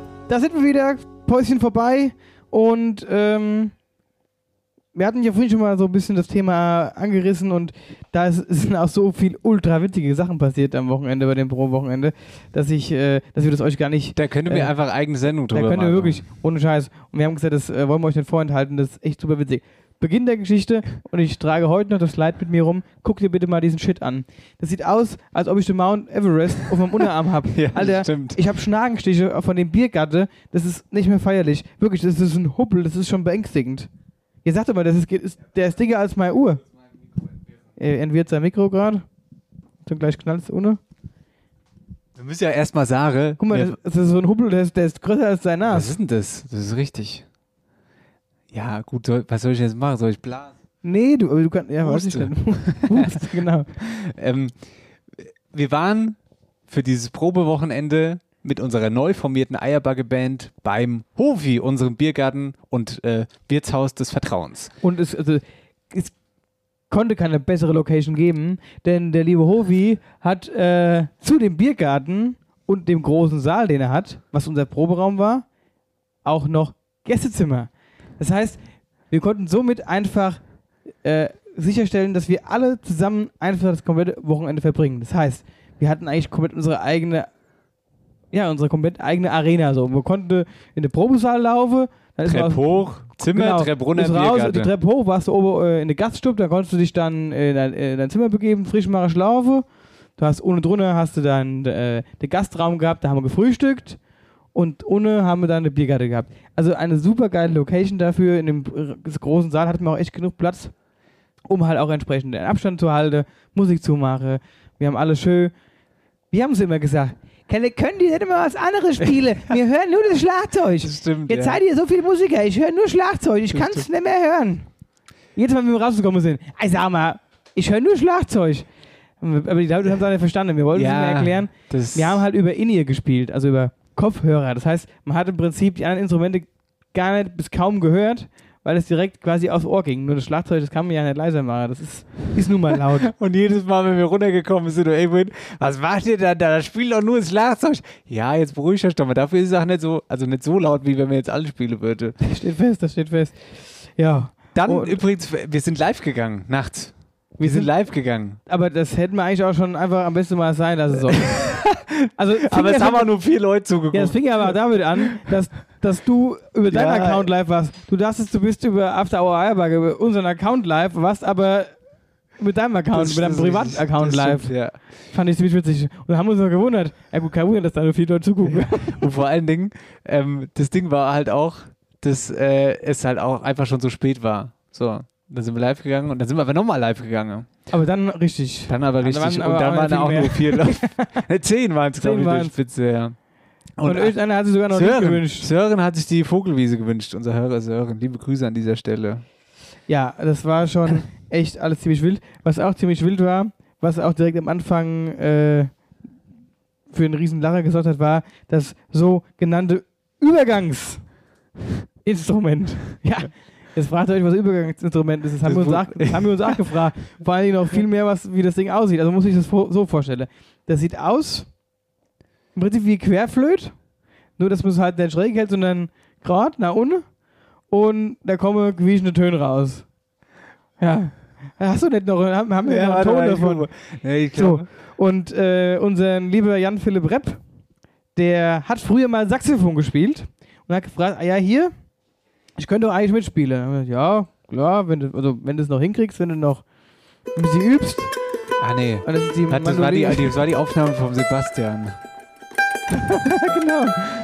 Speaker 4: da sind wir wieder, Päuschen vorbei und ähm, wir hatten ja vorhin schon mal so ein bisschen das Thema angerissen und da ist, sind auch so viel ultra witzige Sachen passiert am Wochenende bei dem Pro-Wochenende, dass ich, äh, dass wir das euch gar nicht.
Speaker 5: Da könnten wir
Speaker 4: äh,
Speaker 5: einfach eigene Sendung
Speaker 4: Da
Speaker 5: drüber
Speaker 4: könnt ihr
Speaker 5: machen.
Speaker 4: wirklich, ohne Scheiß. Und wir haben gesagt, das äh, wollen wir euch nicht vorenthalten, das ist echt super witzig. Beginn der Geschichte und ich trage heute noch das Leid mit mir rum. Guck dir bitte mal diesen Shit an. Das sieht aus, als ob ich den Mount Everest auf meinem Unterarm habe.
Speaker 5: Ja,
Speaker 4: Alter,
Speaker 5: stimmt.
Speaker 4: ich habe Schnagenstiche von dem Biergatte. Das ist nicht mehr feierlich. Wirklich, das ist ein Hubbel, das ist schon beängstigend. Ihr sagt immer, das ist, ist, der ist dicker als meine Uhr. Er entwirrt sein Mikro gerade. Dann gleich knallt es ohne.
Speaker 5: Wir müssen ja erstmal Sarah.
Speaker 4: Guck mal,
Speaker 5: Ja,
Speaker 4: das, das ist so ein Hubbel, der ist, der ist größer als sein
Speaker 5: was
Speaker 4: Nas.
Speaker 5: ist denn das? Das ist richtig. Ja, gut, soll, was soll ich jetzt machen? Soll ich blasen?
Speaker 4: Nee, du, aber du kannst. Ja, weiß ich
Speaker 5: Huste.
Speaker 4: nicht. Huste, genau.
Speaker 5: Ähm, wir waren für dieses Probewochenende mit unserer neu formierten Eierbagge-Band beim Hofi, unserem Biergarten und äh, Wirtshaus des Vertrauens.
Speaker 4: Und es, also, es konnte keine bessere Location geben, denn der liebe Hovi hat äh, zu dem Biergarten und dem großen Saal, den er hat, was unser Proberaum war, auch noch Gästezimmer. Das heißt, wir konnten somit einfach äh, sicherstellen, dass wir alle zusammen einfach das komplette Wochenende verbringen. Das heißt, wir hatten eigentlich komplett unsere eigene, ja, unsere komplett eigene Arena. So, man konnte in den Probesaal laufen, dann ist man aus-
Speaker 5: Trepp hoch, Zimmer, Trepp runter,
Speaker 4: Genau. bist raus, die
Speaker 5: Biergarten.
Speaker 4: Treppe hoch, warst du oben äh, in der Gaststube, da konntest du dich dann äh, in dein, äh, in dein Zimmer begeben, frisch machen Schlaufe. Du hast ohne drunter hast du dann äh, den Gastraum gehabt, da haben wir gefrühstückt und ohne haben wir dann eine Biergarten gehabt. Also eine super geile Location dafür. In dem äh, großen Saal hatten wir auch echt genug Platz, um halt auch entsprechend den Abstand zu halten, Musik zu machen. Wir haben alles schön. Wir haben es immer gesagt. Kelle, können die nicht immer was anderes spielen? Wir hören nur das Schlagzeug.
Speaker 5: Das stimmt,
Speaker 4: Jetzt
Speaker 5: ja.
Speaker 4: seid ihr so viele Musiker, ich höre nur Schlagzeug, ich kann es nicht mehr hören. Jetzt, wenn wir rausgekommen sind, ey, sag mal, ich höre nur Schlagzeug. Aber die Leute haben es auch nicht verstanden. Wir wollten es ihnen erklären.
Speaker 5: das-
Speaker 4: Wir haben halt über In-Ear gespielt, also über Kopfhörer. Das heißt, man hat im Prinzip die anderen Instrumente gar nicht bis kaum gehört, weil es direkt quasi aufs Ohr ging. Nur das Schlagzeug, das kann man ja nicht leiser machen. Das ist, ist nun mal laut.
Speaker 5: Und jedes Mal, wenn wir runtergekommen sind, und Edwin, was macht ihr denn da? Da spielt doch nur das Schlagzeug. Ja, jetzt beruhigt euch doch mal. Dafür ist es auch nicht so, also nicht so laut, wie wenn wir jetzt alle spielen würden.
Speaker 4: Das steht fest, das steht fest. Ja.
Speaker 5: Dann
Speaker 4: Und-
Speaker 5: übrigens, wir sind live gegangen, nachts. Wir sind
Speaker 4: sind-
Speaker 5: live gegangen.
Speaker 4: Aber das hätten wir eigentlich auch schon einfach am besten mal sein lassen sollen. also,
Speaker 5: Aber
Speaker 4: Finger-
Speaker 5: es haben auch nur vier Leute zugeguckt.
Speaker 4: Ja, das fing ja aber damit an, dass, dass du über deinen
Speaker 5: Ja.
Speaker 4: Account live warst. Du dachtest, du bist über After Hour Eierbag, über unseren Account live, warst aber mit deinem Account, mit deinem privaten Account
Speaker 5: das
Speaker 4: live.
Speaker 5: stimmt, ja.
Speaker 4: Fand ich ziemlich witzig. Und da haben wir uns noch gewundert. Ja gut, kein Wunder, dass da nur viele Leute zugucken.
Speaker 5: Und vor allen Dingen, ähm, das Ding war halt auch, dass äh, es halt auch einfach schon so spät war. So, dann sind wir live gegangen und dann sind wir aber nochmal live gegangen.
Speaker 4: Aber dann richtig.
Speaker 5: Dann aber
Speaker 4: Dann
Speaker 5: richtig.
Speaker 4: waren aber
Speaker 5: und dann
Speaker 4: auch
Speaker 5: waren
Speaker 4: nicht
Speaker 5: auch
Speaker 4: viel
Speaker 5: nur vier Leute. Ne, Zehn waren
Speaker 4: Zehn
Speaker 5: es, glaube ich, durch
Speaker 4: waren's.
Speaker 5: die Spitze, ja. äh,
Speaker 4: Und, irgendeiner hat sich sogar noch nicht
Speaker 5: Sören,
Speaker 4: gewünscht.
Speaker 5: Sören hat sich die Vogelwiese gewünscht, unser Hörer Sören. Liebe Grüße an dieser Stelle.
Speaker 4: Ja, das war schon echt alles ziemlich wild. Was auch ziemlich wild war, was auch direkt am Anfang äh, für einen riesen Lacher gesorgt hat, war das sogenannte Übergangsinstrument. Ja, jetzt fragt ihr euch, was Übergangsinstrument ist. Das haben,
Speaker 5: Das
Speaker 4: wir uns
Speaker 5: wo-
Speaker 4: auch, das haben wir uns auch gefragt. Vor allen Dingen noch viel mehr, was, wie das Ding aussieht. Also muss ich das vor- so vorstellen. Das sieht aus im Prinzip wie Querflöt, nur dass man es halt nicht schräg hält, sondern gerade nach unten und da kommen quietschende Töne raus. Ja. Hast du nicht noch, haben haben wir noch einen Ton davon?
Speaker 5: Ja, ich
Speaker 4: So,
Speaker 5: glaube.
Speaker 4: und äh, unser lieber Jan-Philipp Repp, der hat früher mal Saxophon gespielt und hat gefragt, ah ja, hier, ich könnte doch eigentlich mitspielen. Und ich, Ja, klar, wenn du, also, wenn du es noch hinkriegst, wenn du noch ein bisschen übst.
Speaker 5: Ah, nee.
Speaker 4: Und das ist die
Speaker 5: Hat, das, war die,
Speaker 4: Mandoline.
Speaker 5: das war die Aufnahme vom Sebastian.
Speaker 4: genau.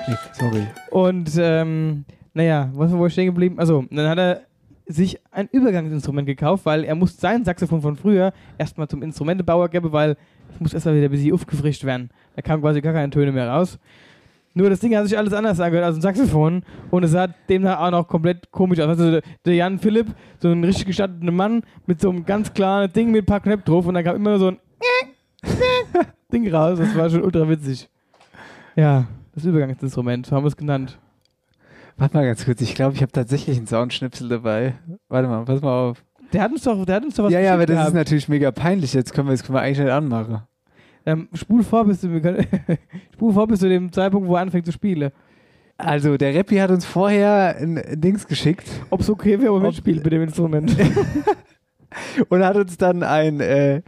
Speaker 5: Nee, sorry.
Speaker 4: Und ähm, naja, was war wohl stehen geblieben? Also, dann hat er sich ein Übergangsinstrument gekauft, weil er muss sein Saxophon von früher erstmal zum Instrumentebauer geben, weil es muss erstmal wieder ein bisschen aufgefrischt werden. Da kam quasi gar keine Töne mehr raus. Nur das Ding hat sich alles anders angehört als ein Saxophon und es sah demnach auch noch komplett komisch aus. Also der- der Jan Philipp, so ein richtig gestatteter Mann mit so einem ganz klaren Ding mit ein paar Knöpfen drauf und dann kam immer nur so ein Ding raus. Das war schon ultra witzig. Ja, das Übergangsinstrument, so haben wir es genannt.
Speaker 5: Warte mal ganz kurz. Ich glaube, ich habe tatsächlich einen Soundschnipsel dabei. Warte mal, pass mal auf.
Speaker 4: Der hat uns doch, der hat uns doch was
Speaker 5: ja, ja, aber
Speaker 4: geschickt
Speaker 5: das ist
Speaker 4: gehabt.
Speaker 5: natürlich mega peinlich. Jetzt können wir das können wir eigentlich nicht anmachen.
Speaker 4: ähm, Spul vor bis du, wir können, spul vor bis zu dem Zeitpunkt, wo er anfängt zu spielen.
Speaker 5: Also, der Rappi hat uns vorher ein ein Dings geschickt
Speaker 4: Ob es okay wäre, ob er mitspielt mit dem Instrument.
Speaker 5: und hat uns dann ein, äh,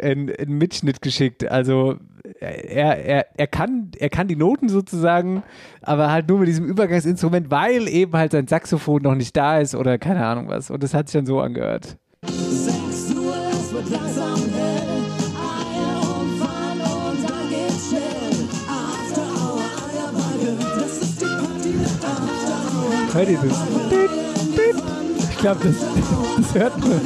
Speaker 5: ein, ein Mitschnitt geschickt. Also, er, er, er, kann, er kann die Noten sozusagen, aber halt nur mit diesem Übergangsinstrument, weil eben halt sein Saxophon noch nicht da ist oder keine Ahnung was. Und das hat sich dann so angehört. Hört ihr das?
Speaker 4: ich glaube, das, das hört man.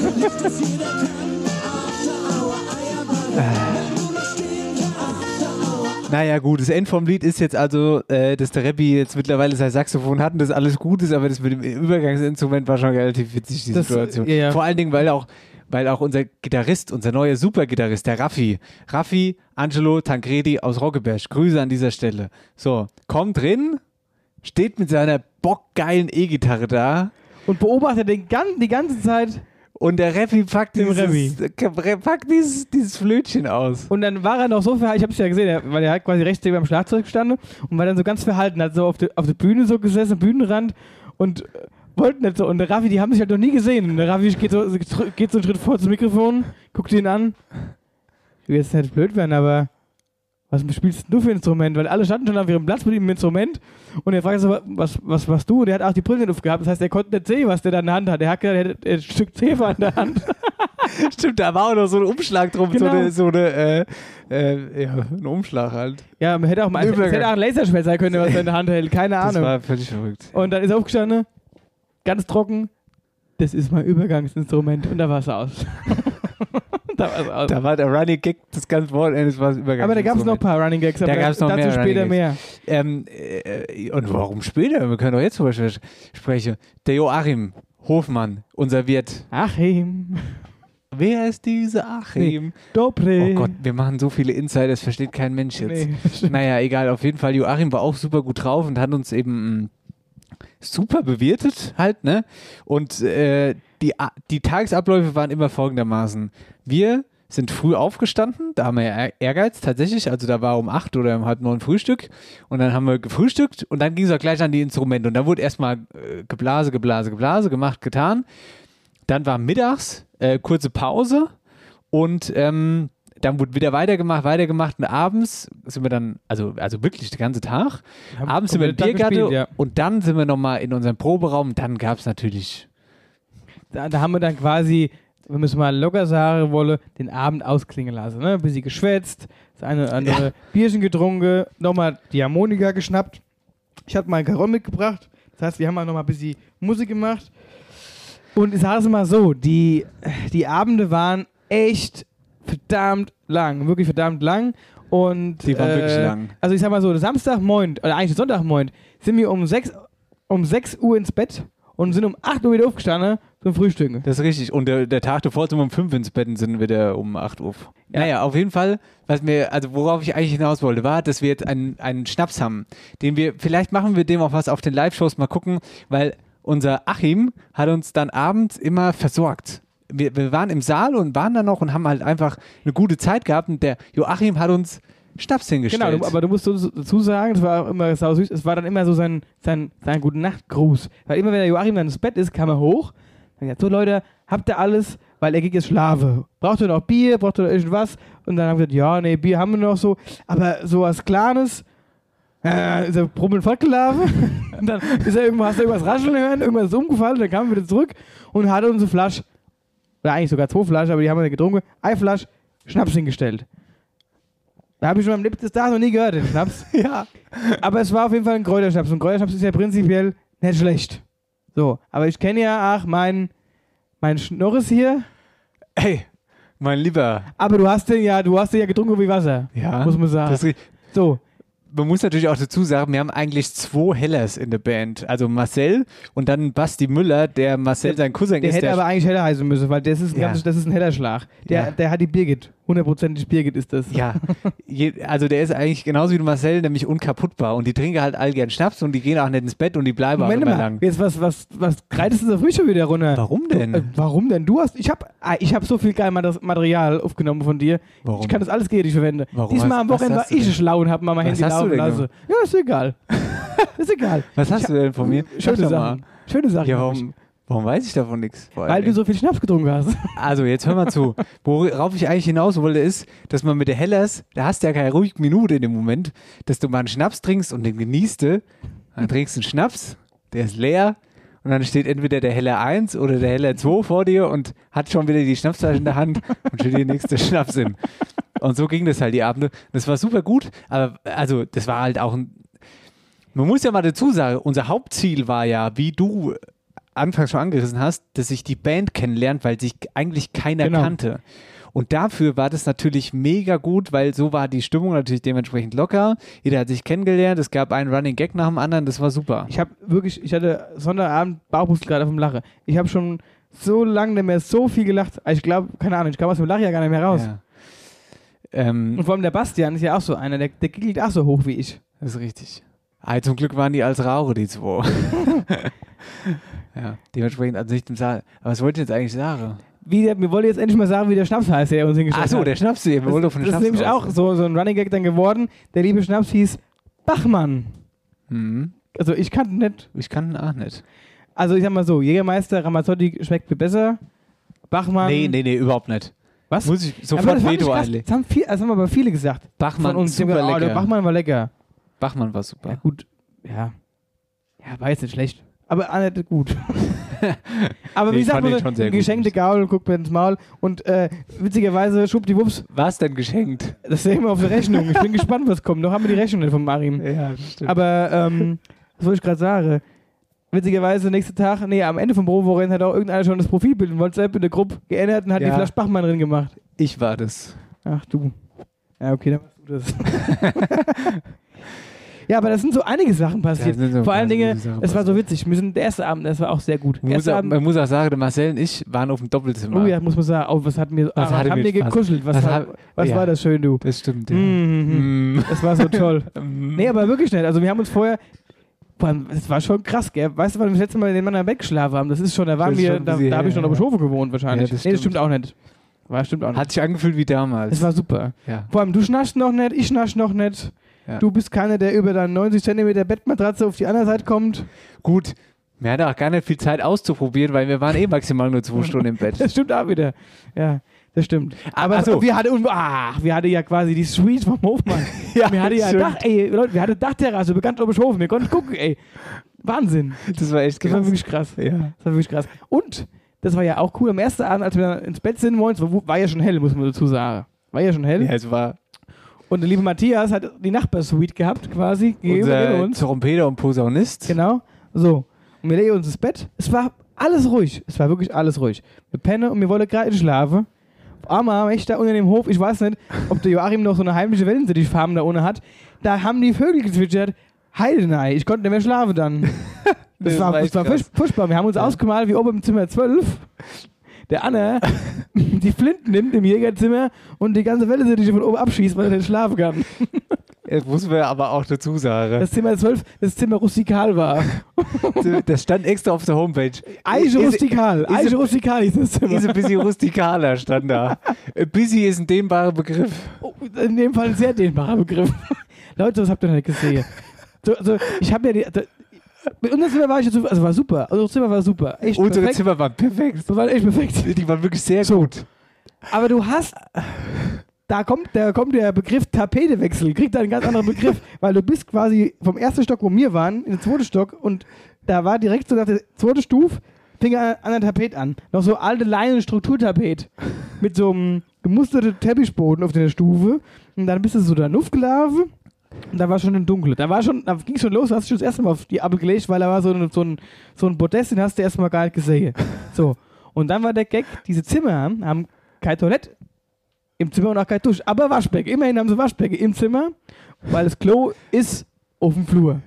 Speaker 5: Naja, gut, das End vom Lied ist jetzt also, äh, dass der Rappi jetzt mittlerweile sein Saxophon hat und das alles gut ist, aber das mit dem Übergangsinstrument war schon relativ witzig, die
Speaker 4: Das-
Speaker 5: Situation.
Speaker 4: ja, ja.
Speaker 5: Vor allen Dingen, weil auch, weil auch unser Gitarrist, unser neuer Supergitarrist, der Raffi, Raffi Angelo Tancredi aus Roggeberg, Grüße an dieser Stelle. So, kommt drin, steht mit seiner bockgeilen E-Gitarre da
Speaker 4: Und beobachtet den gan die ganze Zeit.
Speaker 5: und der Raffi packt
Speaker 4: Dem
Speaker 5: dieses,
Speaker 4: Raffi.
Speaker 5: packt dieses, dieses Flötchen aus.
Speaker 4: Und dann war er noch so verhalten, ich habe es ja gesehen, er- weil er hat quasi rechts neben am Schlagzeug gestanden und war dann so ganz verhalten, hat so auf der auf der Bühne so gesessen, am Bühnenrand und äh, wollten nicht so. Und der Raffi, die haben sich halt noch nie gesehen. Und der Raffi geht so, geht so einen Schritt vor zum Mikrofon, guckt ihn an. Ich will jetzt nicht blöd werden, aber was spielst denn du für ein Instrument? Weil alle standen schon auf ihrem Platz mit ihm im Instrument und er fragt so, was, was machst du? Und er hat auch die Brille nicht aufgehabt, das heißt, er konnte nicht sehen, was der da in der Hand hat. Er hat gesagt, er hätte ein Stück Zefer in der Hand.
Speaker 5: Stimmt, da war auch noch so ein Umschlag drum,
Speaker 4: Genau.
Speaker 5: so eine, so eine äh, äh, ja, ein Umschlag halt.
Speaker 4: Ja, man hätte auch mal es
Speaker 5: Übergang.
Speaker 4: hätte auch ein Laserschwert sein können, was er in der Hand hält. Keine
Speaker 5: Das
Speaker 4: Ahnung.
Speaker 5: war völlig verrückt.
Speaker 4: Und dann ist er aufgestanden, ganz trocken. Das ist mein Übergangsinstrument. Und da war es aus. da war es aus.
Speaker 5: Da war der Running Gag das ganze Wochenende, das war das Übergang.
Speaker 4: aber da gab es noch ein paar Running Gags.
Speaker 5: Da
Speaker 4: aber
Speaker 5: gab's noch
Speaker 4: dazu
Speaker 5: mehr
Speaker 4: später
Speaker 5: Running
Speaker 4: mehr.
Speaker 5: Ähm, äh, und warum später? Wir können doch jetzt drüber sch- sprechen. Der Joachim Hofmann, unser Wirt.
Speaker 4: Achim,
Speaker 5: Wer ist diese Achim?
Speaker 4: Dobre.
Speaker 5: Oh Gott, wir machen so viele Insider, das versteht kein Mensch jetzt.
Speaker 4: Nee.
Speaker 5: Naja, egal, auf jeden Fall. Joachim war auch super gut drauf und hat uns eben mm, super bewirtet halt, ne? Und äh, die, A- die Tagesabläufe waren immer folgendermaßen. Wir sind früh aufgestanden, da haben wir ja Ehr- Ehrgeiz tatsächlich, also da war um acht oder um halb neun Frühstück und dann haben wir gefrühstückt und dann ging es auch gleich an die Instrumente und dann wurde erstmal äh, geblase, geblase, geblase, gemacht, getan. Dann war mittags äh, kurze Pause und ähm, dann wurde wieder weitergemacht, weitergemacht und abends sind wir dann, also, also wirklich den ganzen Tag,
Speaker 4: Haben
Speaker 5: abends sind wir im
Speaker 4: komplett Tag
Speaker 5: Biergarten
Speaker 4: gespielt, ja.
Speaker 5: und dann sind wir nochmal in unserem Proberaum, dann gab es natürlich,
Speaker 4: Da, da haben wir dann quasi, wenn wir es mal locker sagen wollen, den Abend ausklingen lassen. Ne? Ein bisschen geschwätzt, das eine oder andere Bierchen getrunken, nochmal die Harmonika geschnappt. Ich hatte meinen Karol mitgebracht. Das heißt, wir haben auch nochmal ein bisschen Musik gemacht. Und ich sage es mal so, die, die Abende waren echt verdammt lang, wirklich verdammt lang. Und,
Speaker 5: Die waren wirklich lang.
Speaker 4: Also ich sag mal so, Samstagmorgen, oder eigentlich Sonntagmorgen, sind wir um 6, um 6 Uhr ins Bett und sind um 8 Uhr wieder aufgestanden zum Frühstücken.
Speaker 5: das ist richtig, und der, der Tag davor sind wir um fünf ins Bett und sind wieder um acht Uhr. Naja, auf jeden Fall, was mir, also worauf ich eigentlich hinaus wollte, war, dass wir jetzt einen, einen Schnaps haben, den wir, vielleicht machen wir dem auch was auf den Live-Shows mal gucken, weil unser Achim hat uns dann abends immer versorgt. Wir, wir waren im Saal und waren da noch und haben halt einfach eine gute Zeit gehabt und der Joachim hat uns Schnaps hingestellt.
Speaker 4: Genau, du, aber du musst so- so- dazu sagen, es war auch immer sau süß, es war dann immer so sein, sein, sein guten Nachtgruß. Weil immer wenn der Joachim dann ins Bett ist, kam er hoch und hat gesagt, so Leute, habt ihr alles, weil er geht jetzt schlafen. Braucht ihr noch Bier, braucht ihr noch irgendwas? Und dann haben wir gesagt, ja, nee, Bier haben wir noch so, aber sowas Kleines, äh, ist er brummelnd fortgelaufen und dann ist er irgendwo, hast du irgendwas rascheln hören, irgendwas ist umgefallen und dann kam er wieder zurück und hatte uns eine Flasche, oder eigentlich sogar zwei Flaschen, aber die haben wir nicht getrunken, eine Flasche Schnaps hingestellt. Da habe ich schon am Lippen des Tages noch nie gehört, den Schnaps.
Speaker 5: ja.
Speaker 4: Aber es war auf jeden Fall ein Kräuterschnaps. Und Kräuterschnaps ist ja prinzipiell nicht schlecht. So, aber ich kenne ja auch meinen mein Schnorres hier.
Speaker 5: Hey, mein Lieber.
Speaker 4: Aber du hast den ja, du hast den ja getrunken wie Wasser.
Speaker 5: Ja.
Speaker 4: Muss man sagen.
Speaker 5: Das,
Speaker 4: so,
Speaker 5: man muss natürlich auch dazu sagen, wir haben eigentlich zwei Hellers in der Band. Also Marcel und dann Basti Müller, der Marcel sein Cousin
Speaker 4: der
Speaker 5: ist.
Speaker 4: hätte
Speaker 5: der
Speaker 4: aber eigentlich Heller heißen müssen, weil das ist ein,
Speaker 5: Ja.
Speaker 4: ganz, das ist ein Hellerschlag. Der,
Speaker 5: Ja.
Speaker 4: der hat die Birgit hundertprozentig Birgit ist das.
Speaker 5: Ja, je, also der ist eigentlich genauso wie der Marcel, nämlich unkaputtbar. Und die trinken halt all gern Schnaps und die gehen auch nicht ins Bett und die bleiben
Speaker 4: Moment
Speaker 5: auch immer
Speaker 4: mal,
Speaker 5: lang.
Speaker 4: jetzt was, was, was greitest du da früh schon wieder runter?
Speaker 5: Warum denn?
Speaker 4: Du, äh, warum denn? Du hast, ich habe ich hab so viel geil Mater- Material aufgenommen von dir.
Speaker 5: Warum?
Speaker 4: Ich kann das alles gegen dich verwenden.
Speaker 5: Warum?
Speaker 4: Diesmal
Speaker 5: Was-
Speaker 4: am
Speaker 5: was
Speaker 4: Wochenende war
Speaker 5: hast du
Speaker 4: ich
Speaker 5: denn?
Speaker 4: schlau und habe mal mein
Speaker 5: Was
Speaker 4: Handy
Speaker 5: hast du
Speaker 4: laufen
Speaker 5: denn
Speaker 4: lassen. Ja, ist egal. ist egal.
Speaker 5: Was hast
Speaker 4: Ich-
Speaker 5: du denn von mir? Sag
Speaker 4: Schöne
Speaker 5: doch mal.
Speaker 4: Sachen. Schöne Sachen.
Speaker 5: Ja,
Speaker 4: hab
Speaker 5: warum, warum weiß ich davon nichts?
Speaker 4: ich. Weil du so viel Schnaps getrunken hast.
Speaker 5: Also, jetzt hör mal zu. Worauf ich eigentlich hinaus wollte, ist, dass man mit der Hellers, da hast du ja keine ruhige Minute in dem Moment, dass du mal einen Schnaps trinkst und den genießt. du. Dann trinkst du einen Schnaps, der ist leer und dann steht entweder der Heller 1 oder der Heller 2 vor dir und hat schon wieder die Schnapsflasche in der Hand und schüttet den nächsten Schnaps in. Und so ging das halt die Abende. Das war super gut, aber also, das war halt auch ein. Man muss ja mal dazu sagen, unser Hauptziel war ja, wie du anfangs schon angerissen hast, dass sich die Band kennenlernt, weil sich eigentlich keiner
Speaker 4: Genau.
Speaker 5: kannte. Und dafür war das natürlich mega gut, weil so war die Stimmung natürlich dementsprechend locker. Jeder hat sich kennengelernt, es gab einen Running Gag nach dem anderen, das war super.
Speaker 4: Ich habe wirklich, ich hatte Sonderabend Bauchbus gerade auf dem Lache. Ich habe schon so lange nicht mehr so viel gelacht. Ah, Ich glaube, keine Ahnung, ich kam aus dem Lachen ja gar nicht mehr raus.
Speaker 5: Ja. Ähm,
Speaker 4: Und vor allem der Bastian ist ja auch so einer, der, der giggelt auch so hoch wie ich.
Speaker 5: das ist richtig. Ah, zum Glück waren die als Rauche, die zwei. ja, dementsprechend also nicht im Saal. Aber was wollte ich jetzt eigentlich sagen?
Speaker 4: wie der, wir wollen jetzt endlich mal sagen, wie der Schnaps heißt, der uns hingestellt
Speaker 5: Achso,
Speaker 4: hat.
Speaker 5: der Schnaps, der
Speaker 4: das,
Speaker 5: wollte auf den
Speaker 4: das
Speaker 5: Schnaps.
Speaker 4: ist nämlich
Speaker 5: raus.
Speaker 4: auch so, so ein Running Gag dann geworden. Der liebe Schnaps hieß Bachmann.
Speaker 5: Mhm.
Speaker 4: Also ich kannte nicht.
Speaker 5: Ich kann ihn auch nicht.
Speaker 4: Also ich sag mal so, Jägermeister, Ramazzotti schmeckt mir besser. Bachmann.
Speaker 5: Nee, nee, nee, überhaupt nicht.
Speaker 4: Was?
Speaker 5: Muss ich
Speaker 4: aber
Speaker 5: sofort
Speaker 4: das, fand ich
Speaker 5: Veto
Speaker 4: krass.
Speaker 5: einlegen.
Speaker 4: das haben viel, das haben aber viele gesagt.
Speaker 5: Bachmann,
Speaker 4: von uns. Die haben
Speaker 5: super
Speaker 4: gesagt, Oh,
Speaker 5: lecker.
Speaker 4: der Bachmann war lecker.
Speaker 5: Bachmann war super.
Speaker 4: Ja gut, ja. Ja, war jetzt nicht schlecht. Aber auch nicht gut. aber
Speaker 5: Nee,
Speaker 4: wie
Speaker 5: ich
Speaker 4: gesagt,
Speaker 5: fand den
Speaker 4: man
Speaker 5: schon sehr gut.
Speaker 4: geschenkte Gaul, guckt mir ins Maul. Und äh, witzigerweise, schwuppdiwupps,
Speaker 5: Was denn geschenkt?
Speaker 4: das sehen wir auf der Rechnung. Ich bin gespannt, was kommt. Noch haben wir die Rechnung nicht von Marim.
Speaker 5: Ja, stimmt.
Speaker 4: Aber, ähm, was soll ich gerade sagen? Witzigerweise, nächsten Tag, nee, am Ende vom Proberennen hat auch irgendeiner schon das Profilbild in WhatsApp in der Gruppe geändert und hat die
Speaker 5: Ja.
Speaker 4: Flasche Bachmann drin gemacht.
Speaker 5: Ich war das.
Speaker 4: Ach du. Ja, okay, dann machst du das. ja, aber das sind so einige Sachen passiert.
Speaker 5: Ja, das sind so
Speaker 4: Vor allen
Speaker 5: einige
Speaker 4: Dingen,
Speaker 5: Sachen
Speaker 4: es war so
Speaker 5: passiert.
Speaker 4: witzig. Wir sind, der erste Abend, das war auch sehr gut.
Speaker 5: Man muss,
Speaker 4: Erster
Speaker 5: auch,
Speaker 4: Abend,
Speaker 5: man muss auch sagen, der Marcel und ich waren auf dem Doppelzimmer.
Speaker 4: oh ja, muss man sagen, oh, was hat mir,
Speaker 5: Was
Speaker 4: ah,
Speaker 5: hat
Speaker 4: haben
Speaker 5: mir
Speaker 4: wir
Speaker 5: Spaß-
Speaker 4: gekuschelt? Was,
Speaker 5: was
Speaker 4: hat,
Speaker 5: hat-
Speaker 4: was
Speaker 5: ja.
Speaker 4: war das schön, du?
Speaker 5: Das stimmt. Mm.
Speaker 4: Mhm.
Speaker 5: Mhm.
Speaker 4: Das war so toll. Nee, aber wirklich nicht. Also wir haben uns vorher. Boah, Das war schon krass, gell? Weißt du, wann wir das letzte Mal den Mann am Bett geschlafen haben? Das ist schon, da waren
Speaker 5: Das ist
Speaker 4: wir,
Speaker 5: schon ein
Speaker 4: da,
Speaker 5: bisschen
Speaker 4: da habe ich
Speaker 5: her,
Speaker 4: noch auf
Speaker 5: ja.
Speaker 4: Schofe gewohnt wahrscheinlich.
Speaker 5: Ja, das
Speaker 4: nee, das
Speaker 5: stimmt.
Speaker 4: stimmt auch nicht. War stimmt auch nicht.
Speaker 5: Hat sich angefühlt wie damals.
Speaker 4: Es war super.
Speaker 5: ja.
Speaker 4: Vor allem, du schnarchst noch nicht, ich schnarch noch nicht.
Speaker 5: Ja.
Speaker 4: Du bist keiner, der über deine 90 cm Bettmatratze auf die andere Seite kommt.
Speaker 5: Gut, wir hatten auch gar nicht viel Zeit auszuprobieren, weil wir waren eh maximal nur zwei Stunden im Bett.
Speaker 4: Das stimmt auch wieder. Ja, das stimmt. Aber
Speaker 5: Ah, Ach so.
Speaker 4: wir, hatten, ach, wir hatten ja quasi die Suite vom Hofmann.
Speaker 5: Ja,
Speaker 4: wir hatten ja
Speaker 5: stimmt.
Speaker 4: Dach, ey, Leute, wir hatten Dachterrasse, bekannt oben Hofen. Wir konnten gucken, ey. Wahnsinn.
Speaker 5: Das war echt
Speaker 4: Das war
Speaker 5: krass.
Speaker 4: wirklich krass.
Speaker 5: Ja.
Speaker 4: Das war wirklich krass. Und, das war ja auch cool, am ersten Abend, als wir dann ins Bett sind morgens, war, war ja schon hell, muss man dazu sagen. War ja schon hell.
Speaker 5: Ja, es war
Speaker 4: Und der liebe Matthias hat die Nachbarsuite gehabt, quasi, gegeben gegeben
Speaker 5: unser
Speaker 4: uns.
Speaker 5: Trompeter und Posaunist.
Speaker 4: Genau. So. Und wir legen uns ins Bett. Es war alles ruhig. Es war wirklich alles ruhig. Wir pennen und wir wollten gerade schlafen. Armer, echt da unter dem Hof, ich weiß nicht, ob der Joachim noch so eine heimliche Wellensittich-Farm da ohne hat. Da haben die Vögel gezwitschert. Heidenei, ich konnte nicht mehr schlafen dann. Das, war,
Speaker 5: war
Speaker 4: das
Speaker 5: echt
Speaker 4: war
Speaker 5: krass.
Speaker 4: furch- furchtbar. Wir haben uns ausgemalt, wie oben im Zimmer 12 der Anna die Flinten nimmt im Jägerzimmer und die ganze Wellensittiche von oben abschießt, weil er nicht schlafen kann.
Speaker 5: Das Äh, muss man aber auch dazu sagen.
Speaker 4: Das Zimmer 12, das Zimmer rustikal war.
Speaker 5: Das, das stand extra auf der Homepage.
Speaker 4: Eiche
Speaker 5: Ist-
Speaker 4: rustikal.
Speaker 5: ist-
Speaker 4: Eiche rustikal hieß das Zimmer.
Speaker 5: Ist ein bisschen rustikaler, stand da. Ein bisschen ist ein dehnbarer Begriff.
Speaker 4: Oh, in dem Fall ein sehr dehnbarer Begriff. Leute, das habt ihr noch nicht gesehen. So, also, ich habe ja die. Da, mit unserem Zimmer war ich jetzt, so- also war super. Unser Zimmer war super. Echt
Speaker 5: Unsere
Speaker 4: perfekt.
Speaker 5: Zimmer waren perfekt.
Speaker 4: Das war echt perfekt.
Speaker 5: Die waren wirklich sehr gut.
Speaker 4: Aber du hast. Da kommt, da kommt der Begriff Tapetewechsel, kriegt da einen ganz anderen Begriff, weil du bist quasi vom ersten Stock, wo wir waren, in den zweiten Stock und da war direkt so nach der zweiten Stufe, fing an, an der Tapet an. Noch so alte Leinen-Strukturtapet mit so einem gemusterten Teppichboden auf der Stufe und dann bist du so da gelaufen und da war schon im Dunkeln. Da war schon, da ging schon los, da hast du das erste Mal auf die Abel gelegt, weil da war so ein, so ein, so ein Podest, den hast du erstmal gar nicht gesehen. So. Und dann war der Gag, diese Zimmer haben, haben kein Toilette im Zimmer und auch kein Dusch. Aber Waschbecken. Immerhin haben sie Waschbecken im Zimmer, weil das Klo ist auf dem Flur.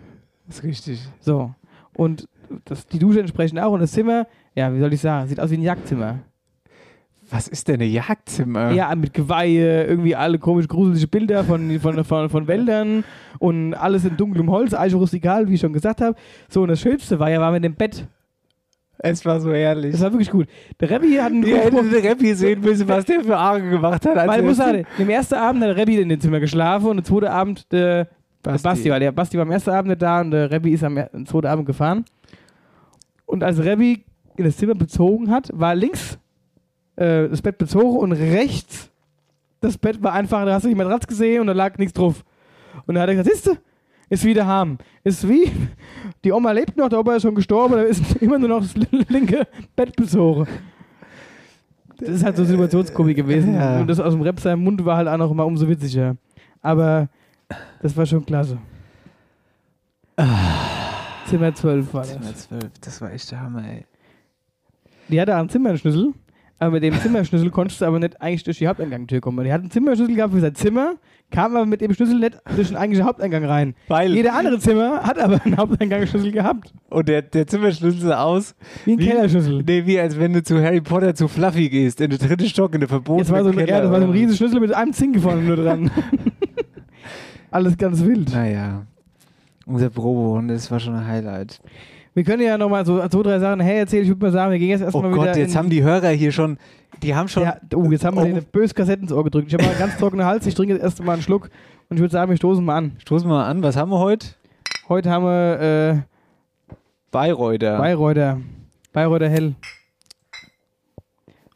Speaker 5: Das ist richtig.
Speaker 4: So. Und das, die Dusche entsprechend auch. Und das Zimmer, ja, wie soll ich sagen, sieht aus wie ein Jagdzimmer.
Speaker 5: Was ist denn eine Jagdzimmer?
Speaker 4: Ja, mit Geweihe, irgendwie alle komisch gruselige Bilder von, von, von, von Wäldern und alles in dunklem Holz, also rustikal, wie ich schon gesagt habe. So, und das Schönste war ja, war mit dem Bett.
Speaker 5: Es war so herrlich.
Speaker 4: Das war wirklich gut. Der Rebbi hat einen
Speaker 5: Ihr hättet den Rappi sehen müssen, was der für Arge gemacht hat. als
Speaker 4: Weil
Speaker 5: er-
Speaker 4: ich muss sagen, im ersten Abend hat der Rebbi in dem Zimmer geschlafen und am zweiten Abend der Basti.
Speaker 5: Basti.
Speaker 4: Basti, weil der Basti war am ersten Abend nicht da und der Rebbi ist am, er- am zweiten Abend gefahren. Und als Rebbi in das Zimmer bezogen hat, war links äh, das Bett bezogen und rechts das Bett war einfach, da hast du nicht Matratz gesehen und da lag nichts drauf. Und da hat er gesagt, siehste, ist wie daheim. Ist wie, die Oma lebt noch, der Opa ist schon gestorben, da ist immer nur noch das linke Bett bezogen. Das ist halt so Situationskomik gewesen.
Speaker 5: Ja.
Speaker 4: Und das aus dem Rap seinem Mund war halt auch noch mal umso witziger. Aber das war schon klasse. Zimmer 12 war das.
Speaker 5: Zimmer 12, das war echt der Hammer, ey.
Speaker 4: Die hatte auch einen Zimmerschlüssel, aber mit dem Zimmerschlüssel konntest du aber nicht eigentlich durch die Haupteingangtür kommen. Die hat einen Zimmerschlüssel gehabt für sein Zimmer, kam aber mit dem Schlüssel nicht durch den eigentlichen Haupteingang rein.
Speaker 5: Weil
Speaker 4: Jeder andere Zimmer hat aber einen Haupteingangsschlüssel gehabt.
Speaker 5: und der, der Zimmerschlüssel sah aus
Speaker 4: Wie ein Kellerschlüssel.
Speaker 5: Nee, wie als wenn du zu Harry Potter zu Fluffy gehst, in den dritten Stock, in den verbotenen
Speaker 4: Das war so ein,
Speaker 5: Keller.
Speaker 4: ja, das war so ein
Speaker 5: oder-
Speaker 4: riesen Schlüssel mit einem Zinke vorne nur dran. Alles ganz wild.
Speaker 5: Naja, unser Proberunde, das war schon ein Highlight.
Speaker 4: Wir können ja nochmal so zwei, drei Sachen hey erzählen. Ich würde mal sagen, wir gehen jetzt
Speaker 5: Oh
Speaker 4: erstmal wieder.
Speaker 5: Gott, jetzt
Speaker 4: in,
Speaker 5: haben die Hörer hier schon, die haben schon,
Speaker 4: ja, oh, jetzt haben wir
Speaker 5: Oh.
Speaker 4: eine böse Kassette ins Ohr gedrückt. Ich habe einen ganz trockenen Hals. Ich trinke jetzt erst mal einen Schluck und ich würde sagen, wir stoßen mal an.
Speaker 5: stoßen wir mal an, was haben wir heute?
Speaker 4: Heute haben wir. Äh,
Speaker 5: Bayreuther.
Speaker 4: Bayreuther. Bayreuther Hell.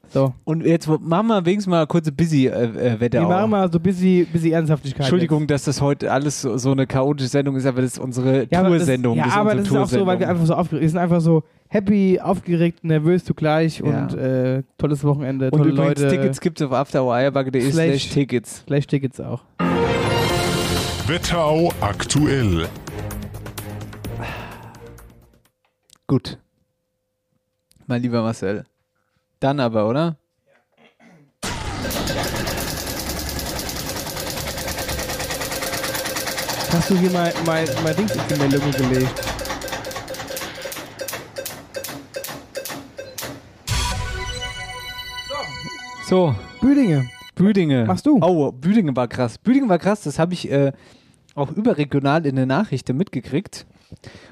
Speaker 4: So,
Speaker 5: Und jetzt machen wir wenigstens mal kurze äh,
Speaker 4: wir
Speaker 5: Busy-Wetter.
Speaker 4: machen mal so ein bisschen, bisschen Ernsthaftigkeit.
Speaker 5: Entschuldigung, dass das heute alles so, so eine chaotische Sendung ist, aber das ist unsere
Speaker 4: jetzt. Ja, aber das-
Speaker 5: Tour-Sendung.
Speaker 4: Ja,
Speaker 5: das ist
Speaker 4: aber das
Speaker 5: unsere
Speaker 4: ist auch so, weil wir
Speaker 5: Tour-Sendung.
Speaker 4: einfach so aufgeregt wir sind. einfach so happy, aufgeregt, nervös zugleich
Speaker 5: Ja.
Speaker 4: und äh, tolles Wochenende,
Speaker 5: Und
Speaker 4: tolle
Speaker 5: übrigens,
Speaker 4: Leute.
Speaker 5: Tickets gibt es auf afterwirebug.de
Speaker 4: Slash-
Speaker 5: slash Tickets.
Speaker 4: Gleich Tickets auch.
Speaker 10: Wetterau aktuell.
Speaker 5: Gut. Mein lieber Marcel. Dann aber, oder?
Speaker 4: Hast du hier mal mein, mein Dings in die Meldung gelegt?
Speaker 5: So,
Speaker 4: Büdinge.
Speaker 5: Büdinge.
Speaker 4: Machst du?
Speaker 5: Oh, Büdinge war krass. Büdinge war krass, das habe ich äh, auch überregional in den Nachrichten mitgekriegt.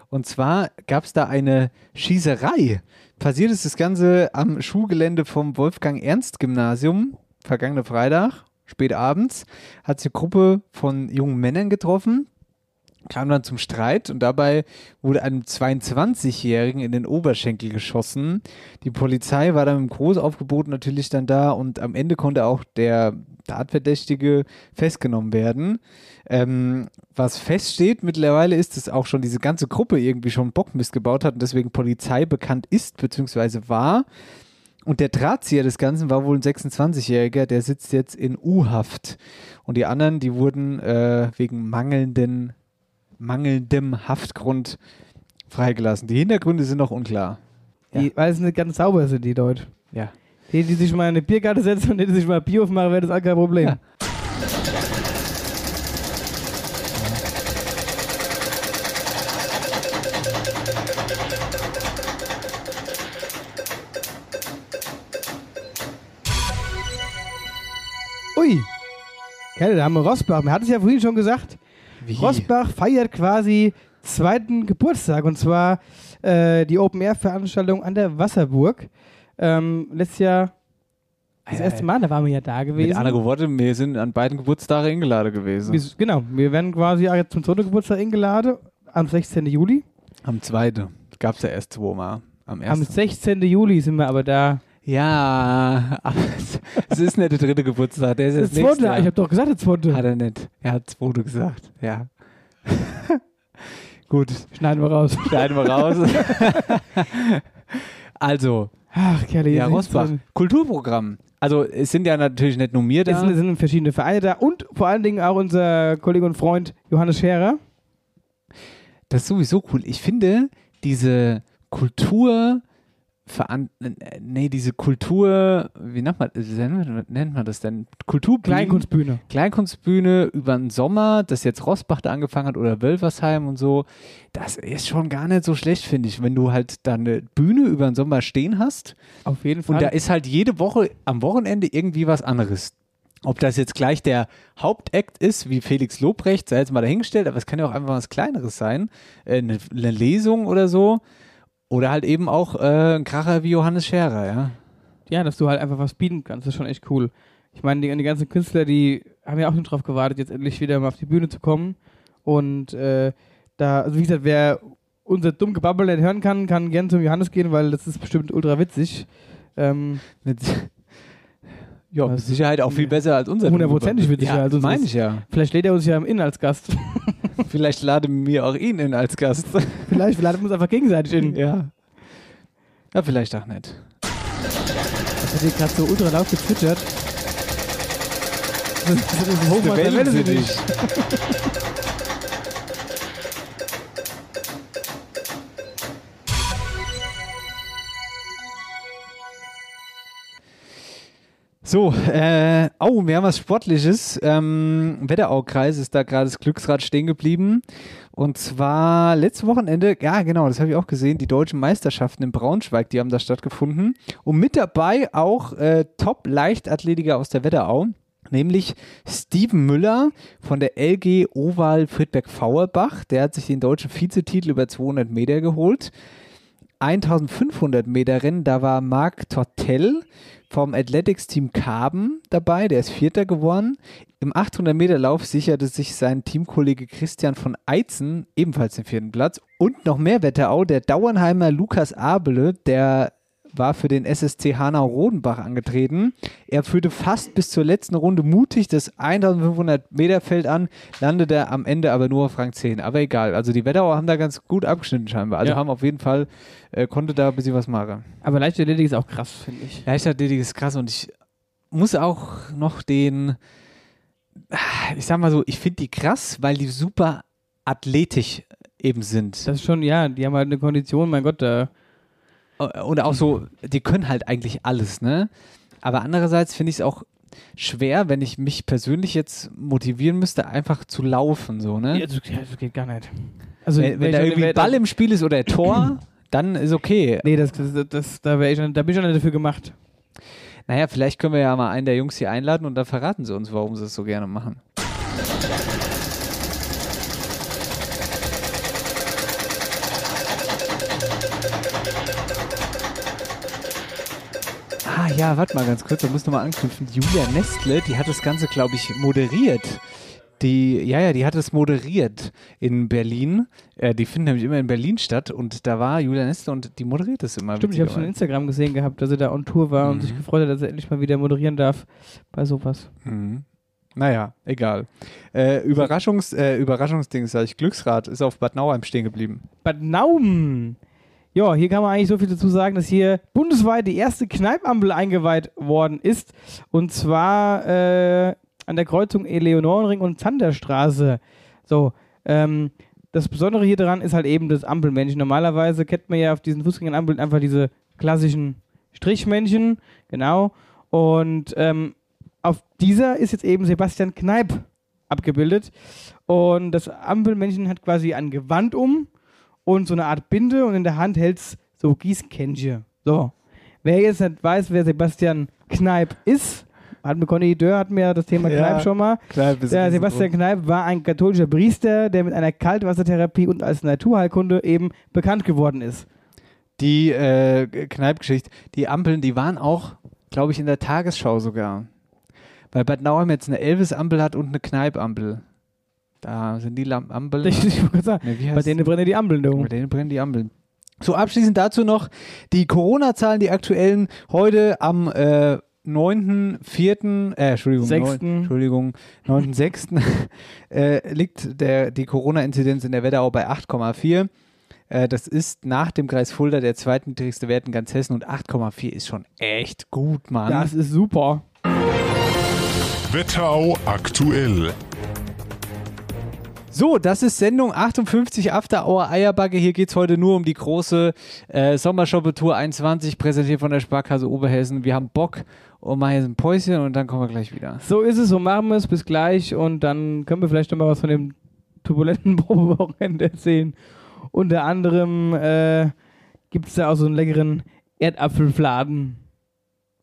Speaker 5: Und zwar gab es da eine Schießerei. Passiert ist das Ganze am Schulgelände vom Wolfgang-Ernst-Gymnasium, vergangene Freitag, spät abends, hat sich eine Gruppe von jungen Männern getroffen, kam dann zum Streit und dabei wurde einem 22-Jährigen in den Oberschenkel geschossen. Die Polizei war dann im Großaufgebot natürlich dann da und am Ende konnte auch der Tatverdächtige festgenommen werden. Ähm, was feststeht mittlerweile ist, dass auch schon diese ganze Gruppe irgendwie schon Bock missgebaut hat und deswegen Polizei bekannt ist bzw. war. Und der Drahtzieher des Ganzen war wohl ein 26-Jähriger, der sitzt jetzt in U-Haft. Und die anderen, die wurden äh, wegen mangelnden, mangelndem Haftgrund freigelassen. Die Hintergründe sind noch unklar.
Speaker 4: Die, Weil es nicht ganz sauber sind, die Leute.
Speaker 5: Ja.
Speaker 4: Die, die sich mal in eine Bierkarte setzen und die, die sich mal Bier aufmachen, wäre das auch kein Problem.
Speaker 5: Ja.
Speaker 4: Ui. Keine, da haben wir Rosbach. Man hat es ja vorhin schon gesagt. Rosbach feiert quasi zweiten Geburtstag und zwar äh, die Open-Air-Veranstaltung an der Wasserburg. Ähm, letztes Jahr, das erste Mal, da waren wir ja da gewesen.
Speaker 5: Mit anderen Worten, wir sind an beiden Geburtstagen eingeladen gewesen.
Speaker 4: Wir, genau, wir werden quasi auch jetzt zum zweiten Geburtstag eingeladen, am 16. Juli.
Speaker 5: Am zweiten gab es ja erst zweimal. Am
Speaker 4: Am
Speaker 5: ersten.
Speaker 4: 16. Juli sind wir aber da.
Speaker 5: ja, aber es, es ist nicht der dritte Geburtstag, der ist
Speaker 4: Das
Speaker 5: jetzt
Speaker 4: zweite,
Speaker 5: nächstes
Speaker 4: ich
Speaker 5: Jahr.
Speaker 4: habe doch gesagt, das zweite.
Speaker 5: Hat er nicht. Er hat zweite gesagt, ja. Gut,
Speaker 4: Schneiden wir raus.
Speaker 5: schneiden wir raus. also,
Speaker 4: Ach, Kerli.
Speaker 5: ja,
Speaker 4: sind-
Speaker 5: Rosbach, Kulturprogramm. Also, es sind ja natürlich nicht nur mir
Speaker 4: Es
Speaker 5: da.
Speaker 4: sind, sind verschiedene Vereine da und vor allen Dingen auch unser Kollege und Freund Johannes Scherer.
Speaker 5: Das ist sowieso cool. Ich finde diese Kultur, Veran äh, nee, diese Kultur, wie nennt man, äh, nennt man das denn? Kultur
Speaker 4: Kleinkunstbühne.
Speaker 5: Kleinkunstbühne über den Sommer, das jetzt Rossbach da angefangen hat oder Wölfersheim und so, das ist schon gar nicht so schlecht, finde ich, wenn du halt da eine Bühne über den Sommer stehen hast
Speaker 4: Auf jeden Fall.
Speaker 5: und da ist halt jede Woche am Wochenende irgendwie was anderes. Ob das jetzt gleich der Hauptakt ist, wie Felix Lobrecht, sei jetzt mal dahingestellt, aber es kann ja auch einfach was Kleineres sein, äh, eine, eine Lesung oder so. Oder halt eben auch äh, ein Kracher wie Johannes Scherer, ja.
Speaker 4: ja, dass du halt einfach was bieten kannst, ist schon echt cool. Ich meine, die, die ganzen Künstler, die haben ja auch schon drauf gewartet, jetzt endlich wieder mal auf die Bühne zu kommen. Und äh, da, also wie gesagt, wer unser dumm Gebabbel nicht hören kann, kann gern zum Johannes gehen, weil das ist bestimmt ultra witzig. Ähm,
Speaker 5: Mit, ja, mit
Speaker 4: Das-
Speaker 5: Sicherheit auch viel besser als unser.
Speaker 4: Hundertprozentig wird sicher,
Speaker 5: Ja,
Speaker 4: also es
Speaker 5: das meine
Speaker 4: ist-
Speaker 5: ich ja.
Speaker 4: vielleicht lädt er uns ja in als Gast.
Speaker 5: Vielleicht laden wir auch ihn in als Gast.
Speaker 4: vielleicht laden wir uns einfach gegenseitig in.
Speaker 5: ja. Ja, vielleicht auch nicht.
Speaker 4: Das hat hier gerade so ultra laut getwittert. Das ist Hochmaß der Welle, sind nicht.
Speaker 5: So, äh, oh, wir haben was Sportliches. Ähm, im Wetteraukreis ist da gerade das Glücksrad stehen geblieben. Und zwar letztes Wochenende, ja genau, das habe ich auch gesehen, die deutschen Meisterschaften in Braunschweig, die haben da stattgefunden. Und mit dabei auch äh, Top-Leichtathletiker aus der Wetterau, nämlich Steven Müller von der LG Oval Friedberg Fauerbach. Der hat sich den deutschen Vizetitel über 200 Meter geholt. 1500 Meter Rennen, da war Marc Tortell vom Athletics Team Karben dabei, der ist Vierter geworden. Im 800 Meter Lauf sicherte sich sein Teamkollege Christian von Eitzen ebenfalls den vierten Platz. Und noch mehr Wetterau, der Dauernheimer Lukas Abele, der war für den SSC Hanau-Rodenbach angetreten. Er führte fast bis zur letzten Runde mutig das 1500 Meter Feld an, landete am Ende aber nur auf Rang 10. Aber egal, also die Wetterauer haben da ganz gut abgeschnitten scheinbar. Also
Speaker 4: Ja.
Speaker 5: haben auf jeden Fall, äh, konnte da ein bisschen was machen.
Speaker 4: Aber Leichtathletik ist auch krass, finde ich.
Speaker 5: Leichtathletik ist krass und ich muss auch noch den, ich sag mal so, ich finde die krass, weil die super athletisch eben sind.
Speaker 4: Das ist schon, ja, die haben halt eine Kondition, mein Gott, da.
Speaker 5: Und auch so, die können halt eigentlich alles, ne? Aber andererseits finde ich es auch schwer, wenn ich mich persönlich jetzt motivieren müsste, einfach zu laufen, so, ne?
Speaker 4: Ja, das, ja, das geht gar nicht. Also,
Speaker 5: wenn, wenn da
Speaker 4: ich-
Speaker 5: irgendwie
Speaker 4: wär-
Speaker 5: Ball im Spiel ist oder Tor, dann ist okay.
Speaker 4: Nee, das, das, das, da, wär ich, schon- da bin ich schon nicht dafür gemacht.
Speaker 5: Naja, vielleicht können wir ja mal einen der Jungs hier einladen und dann verraten sie uns, warum sie es so gerne machen. Ah ja, warte mal ganz kurz, da muss nochmal anknüpfen. Julia Nestle, die hat das Ganze, glaube ich, moderiert. Die, ja, ja, die hat es moderiert in Berlin. Äh, die finden nämlich immer in Berlin statt und da war Julia Nestle und die moderiert das immer.
Speaker 4: Stimmt, ich habe schon
Speaker 5: witzigerweise.
Speaker 4: Instagram gesehen gehabt, dass er da on Tour war und sich gefreut hat, dass er endlich mal wieder moderieren darf bei sowas.
Speaker 5: Mhm. Naja, egal. Äh, Überraschungs, äh, Überraschungsding, sag ich, Glücksrad ist auf Bad Nauheim stehen geblieben.
Speaker 4: Bad Nauben. Ja, hier kann man eigentlich so viel dazu sagen, dass hier bundesweit die erste Kneipampel eingeweiht worden ist. Und zwar äh, an der Kreuzung Eleonorenring und Zanderstraße. So, ähm, das Besondere hier daran ist halt eben das Ampelmännchen. Normalerweise kennt man ja auf diesen Fußgängerampeln einfach diese klassischen Strichmännchen. Genau. Und ähm, auf dieser ist jetzt eben Sebastian Kneip abgebildet. Und das Ampelmännchen hat quasi ein Gewand um und so eine Art Binde und in der Hand hält's so Gießkännchen. So. Wer jetzt nicht weiß, wer Sebastian Kneip ist, hat mir Conny Dörr hat mir das Thema
Speaker 5: Ja.
Speaker 4: Kneip schon mal.
Speaker 5: Klar,
Speaker 4: Ja, Sebastian genau. Kneip war ein katholischer Priester, der mit einer Kaltwassertherapie und als Naturheilkunde eben bekannt geworden ist.
Speaker 5: Die äh, Kneipgeschichte, die Ampeln, die waren auch, glaube ich, in der Tagesschau sogar. Weil Bad Nauheim jetzt eine Elvis-Ampel hat und eine Kneipampel. Da sind die Lam Ampeln.
Speaker 4: Ich, ich wollte gerade sagen,
Speaker 5: Ne, wie
Speaker 4: bei
Speaker 5: heißt
Speaker 4: denen brennen die Ampeln da oben.
Speaker 5: Mit denen brennen die Ampeln. So, abschließend dazu noch die Corona-Zahlen, die aktuellen. Heute am äh, 9.4., äh, Entschuldigung,
Speaker 4: Sechsten.
Speaker 5: neun- Entschuldigung, 9.6. äh, liegt der, die Corona-Inzidenz in der Wetterau bei 8,4. Äh, Das ist nach dem Kreis Fulda der zweitniedrigste Wert in ganz Hessen und 8,4 ist schon echt gut, Mann.
Speaker 4: Das ist super.
Speaker 10: Wetterau aktuell.
Speaker 5: So, das ist Sendung 58 After Hour Eierbacke. Hier geht es heute nur um die große äh, Sommershoppe-Tour 21, präsentiert von der Sparkasse Oberhessen. Wir haben Bock und machen jetzt ein Päuschen und dann kommen wir gleich wieder.
Speaker 4: So ist es, so machen wir es. Bis gleich und dann können wir vielleicht nochmal was von dem turbulenten Probewochenende erzählen. Unter anderem äh, gibt es da auch so einen leckeren Erdapfelfladen.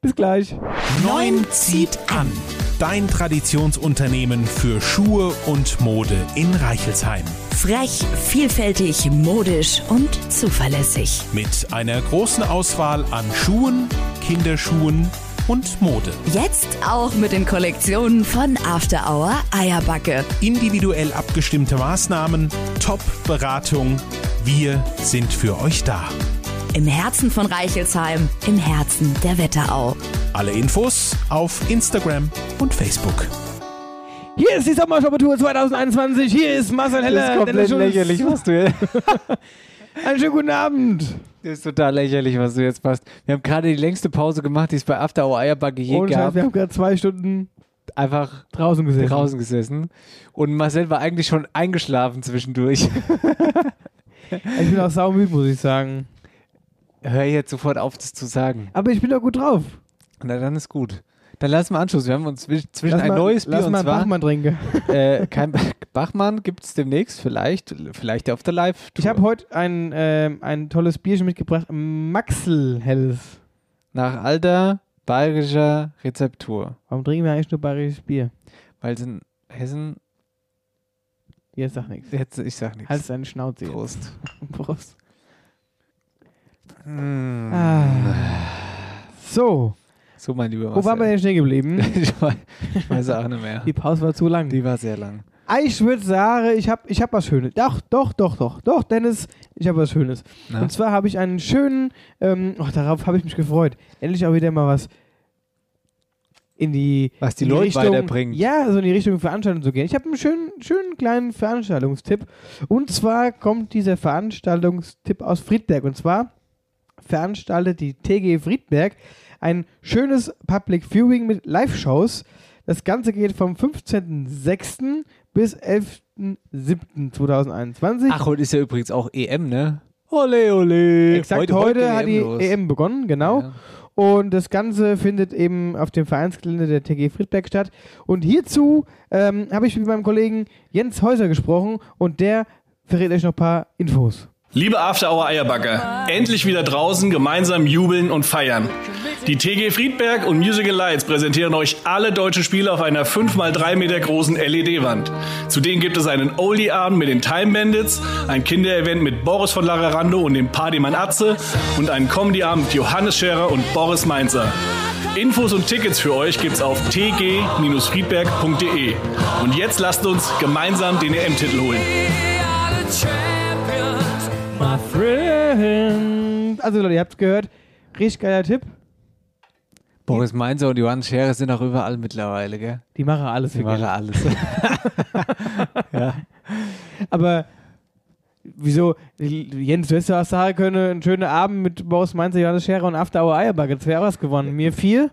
Speaker 4: Bis gleich.
Speaker 10: Neun zieht an. Dein Traditionsunternehmen für Schuhe und Mode in Reichelsheim.
Speaker 1: Frech, vielfältig, modisch und zuverlässig.
Speaker 10: Mit einer großen Auswahl an Schuhen, Kinderschuhen und Mode.
Speaker 1: Jetzt auch mit den Kollektionen von After Hour Eierbacke.
Speaker 10: Individuell abgestimmte Maßnahmen, Top-Beratung. Wir sind für euch da.
Speaker 1: Im Herzen von Reichelsheim, im Herzen der Wetterau.
Speaker 10: Alle Infos auf Instagram und Facebook.
Speaker 4: Hier ist die Sommershoppetour 2021. Hier ist Marcel Heller.
Speaker 5: Das ist komplett
Speaker 4: Dennis Schulz.
Speaker 5: lächerlich, was du jetzt.
Speaker 4: Einen schönen guten Abend.
Speaker 5: Das ist total lächerlich, was du jetzt machst. Wir haben gerade die längste Pause gemacht, die es bei After Hour Eierbacke je
Speaker 4: Ohne Scheiß,
Speaker 5: gab.
Speaker 4: wir haben gerade zwei Stunden
Speaker 5: Einfach
Speaker 4: draußen gesessen.
Speaker 5: draußen gesessen. Und Marcel war eigentlich schon eingeschlafen zwischendurch.
Speaker 4: Also Ich bin auch saumüde, muss ich sagen.
Speaker 5: Hör jetzt sofort auf, das zu sagen.
Speaker 4: Aber ich bin doch gut drauf.
Speaker 5: Na, dann ist gut. Dann lass mal Anschluss. Wir haben uns zwisch- zwischen
Speaker 4: Lass
Speaker 5: ein
Speaker 4: mal-
Speaker 5: neues Bier
Speaker 4: lass
Speaker 5: und
Speaker 4: mal einen
Speaker 5: zwar
Speaker 4: Bachmann trinken.
Speaker 5: äh, kein Ba- Bachmann gibt es demnächst, vielleicht, vielleicht ja auf der Live.
Speaker 4: Ich habe heute ein, ähm, ein tolles Bierchen mitgebracht. Maxel Helles.
Speaker 5: nach alter bayerischer Rezeptur,
Speaker 4: Warum trinken wir eigentlich nur bayerisches Bier?
Speaker 5: weil es in Hessen
Speaker 4: Jetzt sag nichts.
Speaker 5: jetzt ich sag nichts.
Speaker 4: Halt deine Schnauze. jetzt.
Speaker 5: Prost.
Speaker 4: Prost.
Speaker 5: Mm.
Speaker 4: Ah. So,
Speaker 5: So mein lieber
Speaker 4: wo waren wir
Speaker 5: Marcel.
Speaker 4: denn stehen geblieben?
Speaker 5: ich wei- ich weiß auch nicht mehr.
Speaker 4: Die Pause war zu lang.
Speaker 5: Die war sehr lang.
Speaker 4: Ah, Ich würde sagen, ich habe ich hab was Schönes. Doch, doch, doch, doch, doch, Dennis, ich habe was Schönes.
Speaker 5: Na?
Speaker 4: Und zwar habe ich einen schönen, ähm, oh, darauf habe ich mich gefreut. Endlich auch wieder mal was in die,
Speaker 5: Was die
Speaker 4: in
Speaker 5: Leute
Speaker 4: Richtung,
Speaker 5: weiterbringt.
Speaker 4: Ja, so in die Richtung Veranstaltung zu gehen. Ich habe einen schönen, schönen kleinen Veranstaltungstipp. Und zwar kommt dieser Veranstaltungstipp aus Friedberg. Und zwar veranstaltet die TG Friedberg ein schönes Public Viewing mit Live-Shows. Das Ganze geht vom 15.06. bis 11.07.2021.
Speaker 5: Ach, heute ist ja übrigens auch EM, ne? Ole, ole. E
Speaker 4: Exakt heute, hat die
Speaker 5: los.
Speaker 4: EM begonnen, genau.
Speaker 5: Ja.
Speaker 4: Und das Ganze findet eben auf dem Vereinsgelände der TG Friedberg statt. Und hierzu ähm, habe ich mit meinem Kollegen Jens Häuser gesprochen und der verrät euch noch ein paar Infos.
Speaker 11: Liebe After Hour Eierbacke, endlich wieder draußen gemeinsam jubeln und feiern. Die TG Friedberg und Musical Lights präsentieren euch alle deutschen Spiele auf einer 5x3 Meter großen LED-Wand. Zudem gibt es einen Oldie-Abend mit den Time Bandits, ein Kinderevent mit Boris von Lararando und dem Partymann Atze und einen Comedy-Abend mit Johannes Scherer und Boris Mainzer. Infos und Tickets für euch gibt's auf tg-friedberg.de. Und jetzt lasst uns gemeinsam den EM-Titel holen.
Speaker 4: My friend. Also Leute, ihr habt gehört. Richtig geiler Tipp.
Speaker 5: Boris Mainzer und Johann Scherer sind auch überall mittlerweile, gell?
Speaker 4: Die machen alles.
Speaker 5: Die
Speaker 4: für
Speaker 5: machen
Speaker 4: Geld.
Speaker 5: alles.
Speaker 4: Aber wieso? Jens, du hättest ja was sagen können. Ein schöner Abend mit Boris Mainzer, Johannes Scherer und After Hour Eierbacke. Das wäre auch was gewonnen. Mir vier?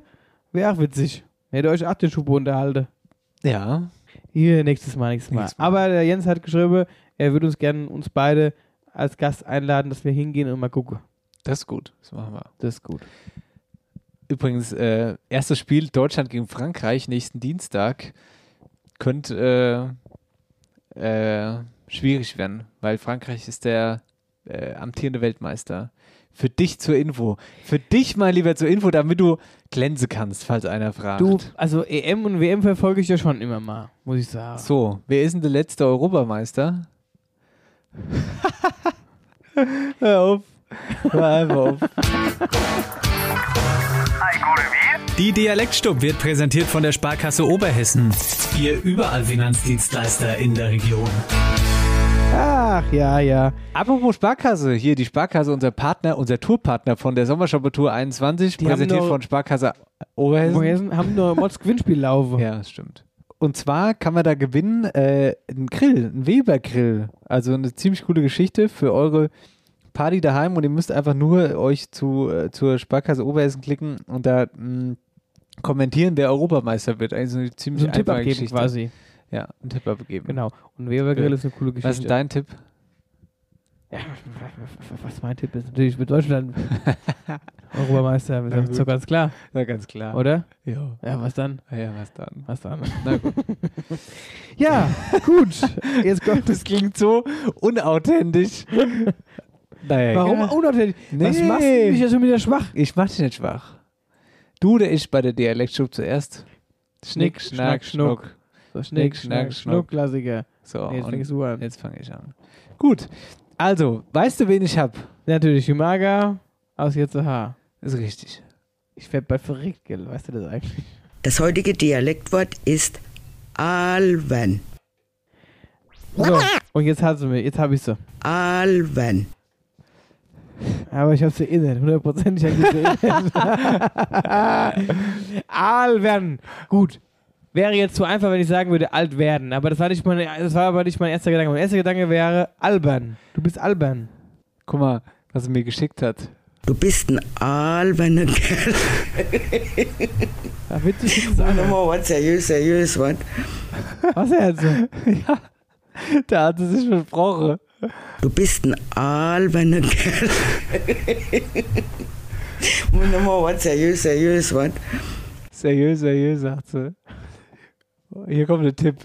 Speaker 4: Wäre auch witzig. Hätte euch auch den Schub unterhalten.
Speaker 5: ja.
Speaker 4: Hier, nächstes Mal, nächstes Mal.
Speaker 5: Nächstes Mal.
Speaker 4: Aber der Jens hat geschrieben, er würde uns gerne uns beide als Gast einladen, dass wir hingehen und mal gucken.
Speaker 5: Das ist gut. Das machen wir.
Speaker 4: Das ist gut.
Speaker 5: Übrigens, äh, erstes Spiel Deutschland gegen Frankreich nächsten Dienstag. Könnte äh, äh, schwierig werden, weil Frankreich ist der äh, amtierende Weltmeister. Für dich zur Info. Für dich mal lieber zur Info, damit du glänzen kannst, falls einer fragt.
Speaker 4: Du, also EM und WM verfolge ich ja schon immer mal, muss ich sagen.
Speaker 5: So, wer ist denn der letzte Europameister? Hör auf. Hör einfach auf.
Speaker 12: Die Dialektstub wird präsentiert von der Sparkasse Oberhessen. Ihr überall Finanzdienstleister in der Region.
Speaker 4: Ach, ja, ja.
Speaker 5: Apropos Sparkasse, hier die Sparkasse, unser Partner, unser Tourpartner von der Sommershoppe Tour 21,
Speaker 4: Die haben
Speaker 5: präsentiert
Speaker 4: noch-
Speaker 5: von Sparkasse Oberhessen.
Speaker 4: Hessen haben nur Mods Gewinnspiel laufen.
Speaker 5: Ja, das stimmt. Und zwar kann man da gewinnen äh, einen Grill, einen Weber-Grill. Also eine ziemlich coole Geschichte für eure Party daheim und ihr müsst einfach nur euch zu, äh, zur Sparkasse Oberhessen klicken und da mh, kommentieren, wer Europameister wird. Also eine ziemlich
Speaker 4: So einen Tipp
Speaker 5: einfache
Speaker 4: abgeben
Speaker 5: Geschichte.
Speaker 4: quasi.
Speaker 5: Ja, einen Tipp abgeben.
Speaker 4: Genau. Und Webergrill ist eine coole Geschichte.
Speaker 5: Äh, Was ist denn dein Tipp?
Speaker 4: Ja, was mein Tipp ist, natürlich mit Deutschland Europameister,
Speaker 5: Na
Speaker 4: ist
Speaker 5: gut.
Speaker 4: doch ganz klar.
Speaker 5: Na, ganz klar.
Speaker 4: Oder?
Speaker 5: Ja.
Speaker 4: Ja, was dann?
Speaker 5: Ja, was dann?
Speaker 4: Was dann?
Speaker 5: Na gut.
Speaker 4: ja, gut. Jetzt kommt
Speaker 5: das klingt so unauthentisch. Naja,
Speaker 4: Warum
Speaker 5: egal.
Speaker 4: unauthentisch? Was machst du Also-
Speaker 5: Nee.
Speaker 4: mich ja schon wieder schwach?
Speaker 5: Ich mach dich nicht schwach. Du oder ich bei der Dialektschub zuerst? Schnick, schnack, schnuck.
Speaker 4: So, Schnick, Schnack, Schnuck, Oh, Klassiker.
Speaker 5: So,
Speaker 4: Nee, jetzt
Speaker 5: und
Speaker 4: fängst du an.
Speaker 5: jetzt fange ich an. Gut. Also, weißt du, wen ich hab?
Speaker 4: Natürlich Himaga aus JZH.
Speaker 5: Ist richtig.
Speaker 4: Ich werd bei verrückt, gell? Weißt du das eigentlich?
Speaker 13: Das heutige Dialektwort ist Alven.
Speaker 4: So, und jetzt hat sie mich, jetzt hab ich sie.
Speaker 13: Alven.
Speaker 4: Aber ich hab sie erinnert, hundertprozentig hab ich sie erinnert. Alt werden. Gut. Wäre jetzt zu einfach, wenn ich sagen würde, alt werden. Aber das war, nicht mein, das war aber nicht mein erster Gedanke. Mein erster Gedanke wäre, albern. Du bist albern.
Speaker 5: Guck mal, was er mir geschickt hat.
Speaker 13: Du bist ein alberner Kerl.
Speaker 4: Da wird sich
Speaker 13: Sag nochmal was seriös, seriös, was?
Speaker 4: Was jetzt?
Speaker 5: ja, da hat sie sich versprochen.
Speaker 13: Du bist ein alberner Kerl. Muss nochmal was seriös, seriös, was?
Speaker 5: Seriös, seriös, sagt sie. Hier kommt der Tipp.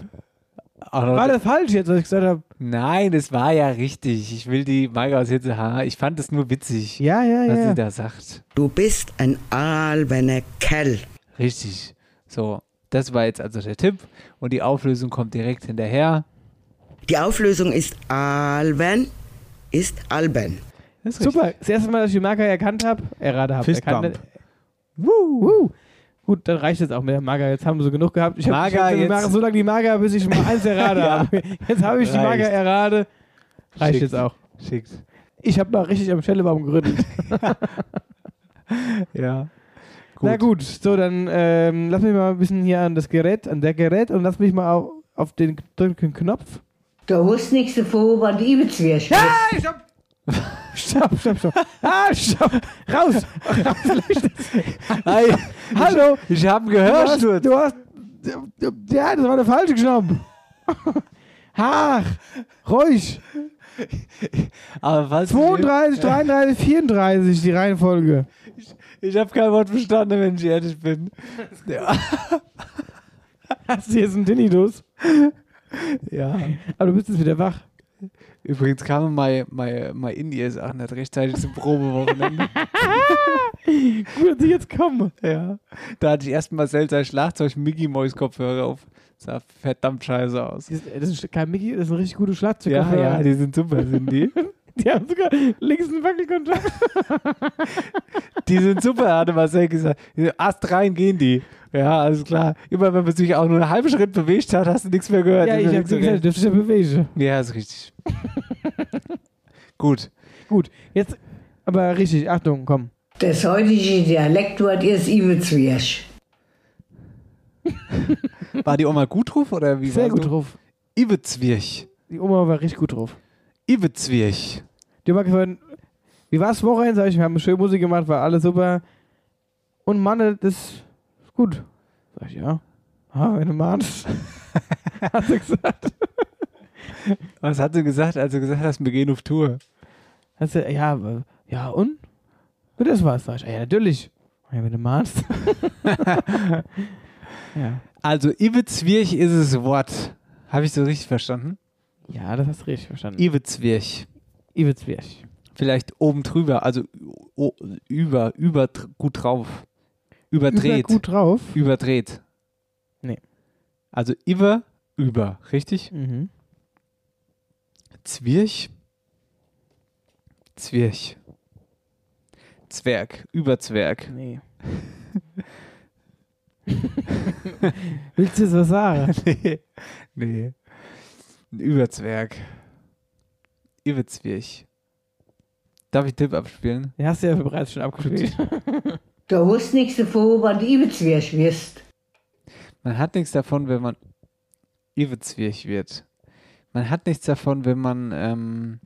Speaker 4: War das falsch jetzt, was ich gesagt habe?
Speaker 5: Nein, es war ja richtig. Ich will die Maike aus jetzt. Ha, ich fand es nur witzig.
Speaker 4: Ja, ja,
Speaker 5: was
Speaker 4: ja.
Speaker 5: sie da sagt.
Speaker 13: Du bist ein alberner Kerl.
Speaker 5: Richtig. So, das war jetzt also der Tipp. Und die Auflösung kommt direkt hinterher.
Speaker 13: Die Auflösung ist Alven ist Alben.
Speaker 5: Das
Speaker 4: Super. Das erste Mal, dass ich die Marker erkannt habe, errate habe.
Speaker 5: Fistbump.
Speaker 4: Erkannt, Wuh, wuh. Gut, dann reicht jetzt auch mit der Maga. Jetzt haben wir so genug gehabt. Ich habe
Speaker 5: Maga,
Speaker 4: wir
Speaker 5: jetzt-
Speaker 4: machen so lange die Maga, bis ich mal eins errate
Speaker 5: Ja.
Speaker 4: habe. Jetzt habe ich die Maga
Speaker 5: Reicht.
Speaker 4: errate. Reicht
Speaker 5: Schickt.
Speaker 4: jetzt auch.
Speaker 5: Schickt.
Speaker 4: Ich habe noch richtig am Schellebaum gerüttelt.
Speaker 5: Ja.
Speaker 4: Na gut, so dann ähm, lass mich mal ein bisschen hier an das Gerät, an der Gerät und lass mich mal auf, auf den drücken Knopf.
Speaker 14: Da hast du nichts davon, wenn du übelst wirst. Ja,
Speaker 1: Ah!
Speaker 14: ich hab...
Speaker 4: Stopp, stopp, stopp. Ah, stopp. Raus. Raus.
Speaker 5: Ei,
Speaker 4: Hallo.
Speaker 5: Ich, ich habe
Speaker 4: Du hast,
Speaker 5: gehört.
Speaker 4: du hast. Ja, das war der falsche Knopf. Hach. Ruhig.
Speaker 5: Aber was
Speaker 4: 32, 33, 34 die Reihenfolge.
Speaker 5: Ich habe kein Wort verstanden, wenn ich ehrlich bin. Ja.
Speaker 4: Hast du jetzt einen Tinnitus?
Speaker 5: ja.
Speaker 4: Aber du bist jetzt wieder wach.
Speaker 5: Übrigens kamen meine, meine, meine In-Ears auch nicht rechtzeitig zum Probewochenende.
Speaker 4: Gut, dass ich jetzt komme.
Speaker 5: Ja. Da hatte ich erstmal seltsam Schlagzeug Mickey Mouse Kopfhörer auf. Sah verdammt scheiße aus.
Speaker 4: Das ist- das ist kein Mickey, das ist ein richtig gutes Schlagzeug.
Speaker 5: Ja, ja, die sind super, sind die.
Speaker 4: Die haben sogar links einen Wackelkontakt.
Speaker 5: Die sind super, hatte Marcel gesagt. Die sind Ast rein gehen die. Ja, alles klar. Immer wenn man sich auch nur einen halben Schritt bewegt hat, hast du nichts mehr gehört.
Speaker 4: Ja, ich habe
Speaker 5: nichts mehr
Speaker 4: gesagt, dürfte ich ja bewegen.
Speaker 5: Ja, ist richtig. Gut.
Speaker 4: Gut, jetzt aber richtig, Achtung, komm.
Speaker 14: Das heutige Dialektwort ist übelst wirst.
Speaker 5: War die Oma gut drauf oder wie
Speaker 4: Sehr
Speaker 5: war
Speaker 4: gut
Speaker 5: so?
Speaker 4: drauf.
Speaker 5: Iwezwirch.
Speaker 4: Die Oma war richtig gut drauf.
Speaker 5: Iwezwirch.
Speaker 4: Die Oma gefallen, wie war's Wochenende? Sag ich, wir haben schön Musik gemacht, war alles super. Und Mann, das ist gut. Sag ich, ja. Ah, wenn du mahnst. Hast du gesagt.
Speaker 5: Was hat sie gesagt, als du gesagt hast, wir gehen auf Tour?
Speaker 4: Hast du, ja, w- ja und? Und das war's. Sag ich, ja, natürlich. Ja, wenn du mahnst. ja.
Speaker 5: Also, Iwezwirch ist das Wort. Habe ich so richtig verstanden?
Speaker 4: ja, das hast du richtig verstanden.
Speaker 5: Iwezwirch.
Speaker 4: Iwitzwirch.
Speaker 5: Vielleicht oben drüber, also o- über, über dr- gut drauf. Überdreht.
Speaker 4: Über gut drauf.
Speaker 5: Überdreht.
Speaker 4: Nee.
Speaker 5: Also über, über, richtig?
Speaker 4: Mhm.
Speaker 5: Zwirch. Zwirch. Zwerg, Überzwerg.
Speaker 4: Nee. Willst du jetzt was sagen?
Speaker 5: nee. Nee. Ein Überzwerg. Überzwirch. Darf ich Tipp abspielen?
Speaker 4: Den hast du ja bereits schon abgespielt.
Speaker 14: Da hast du nichts davon, wenn du übelst wirst. wirst.
Speaker 5: Man hat nichts davon, wenn man Überzwirch wird. Man hat nichts davon, wenn man ähm,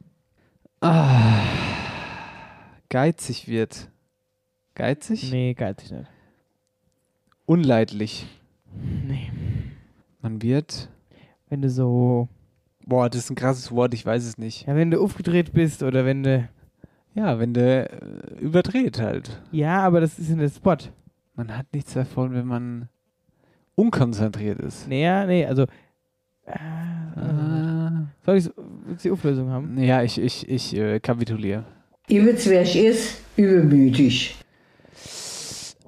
Speaker 5: ah, geizig wird. Geizig?
Speaker 4: Nee, geizig nicht.
Speaker 5: Unleidlich.
Speaker 4: Nee.
Speaker 5: Man wird
Speaker 4: Wenn du so.
Speaker 5: Boah, das ist ein krasses Wort, ich weiß es nicht.
Speaker 4: Ja, wenn du aufgedreht bist oder wenn du.
Speaker 5: Ja, wenn du äh, überdreht halt.
Speaker 4: Ja, aber das ist in der Spot.
Speaker 5: Man hat nichts davon, wenn man unkonzentriert ist.
Speaker 4: Naja, nee, also. Äh, äh, soll ich die Auflösung haben?
Speaker 5: Ah. Ja, ich, ich, ich äh, kapituliere.
Speaker 14: Überzwerg ist übermütig.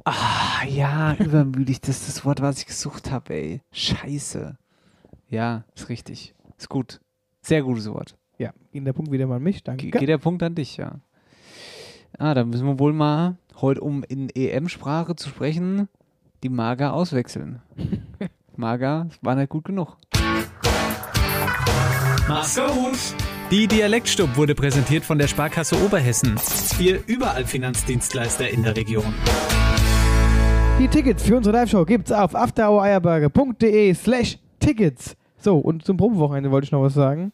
Speaker 5: Ah, ja, übermütig. Das ist das Wort, was ich gesucht habe, ey. Scheiße. Ja, ist richtig. Ist gut. Sehr gutes Wort.
Speaker 4: Ja, ging der Punkt wieder mal an mich, danke.
Speaker 5: Ge geht der Punkt an dich, ja. Ah, dann müssen wir wohl mal heute, um in EM-Sprache zu sprechen, die Mager auswechseln. Mager war nicht gut genug.
Speaker 12: Mach's gut! Die Dialektstub wurde präsentiert von der Sparkasse Oberhessen. Wir überall Finanzdienstleister in der Region.
Speaker 4: Die Tickets für unsere Live-Show gibt's auf afterhoureierberge.de slash tickets. So, und zum Probenwochenende wollte ich noch was sagen.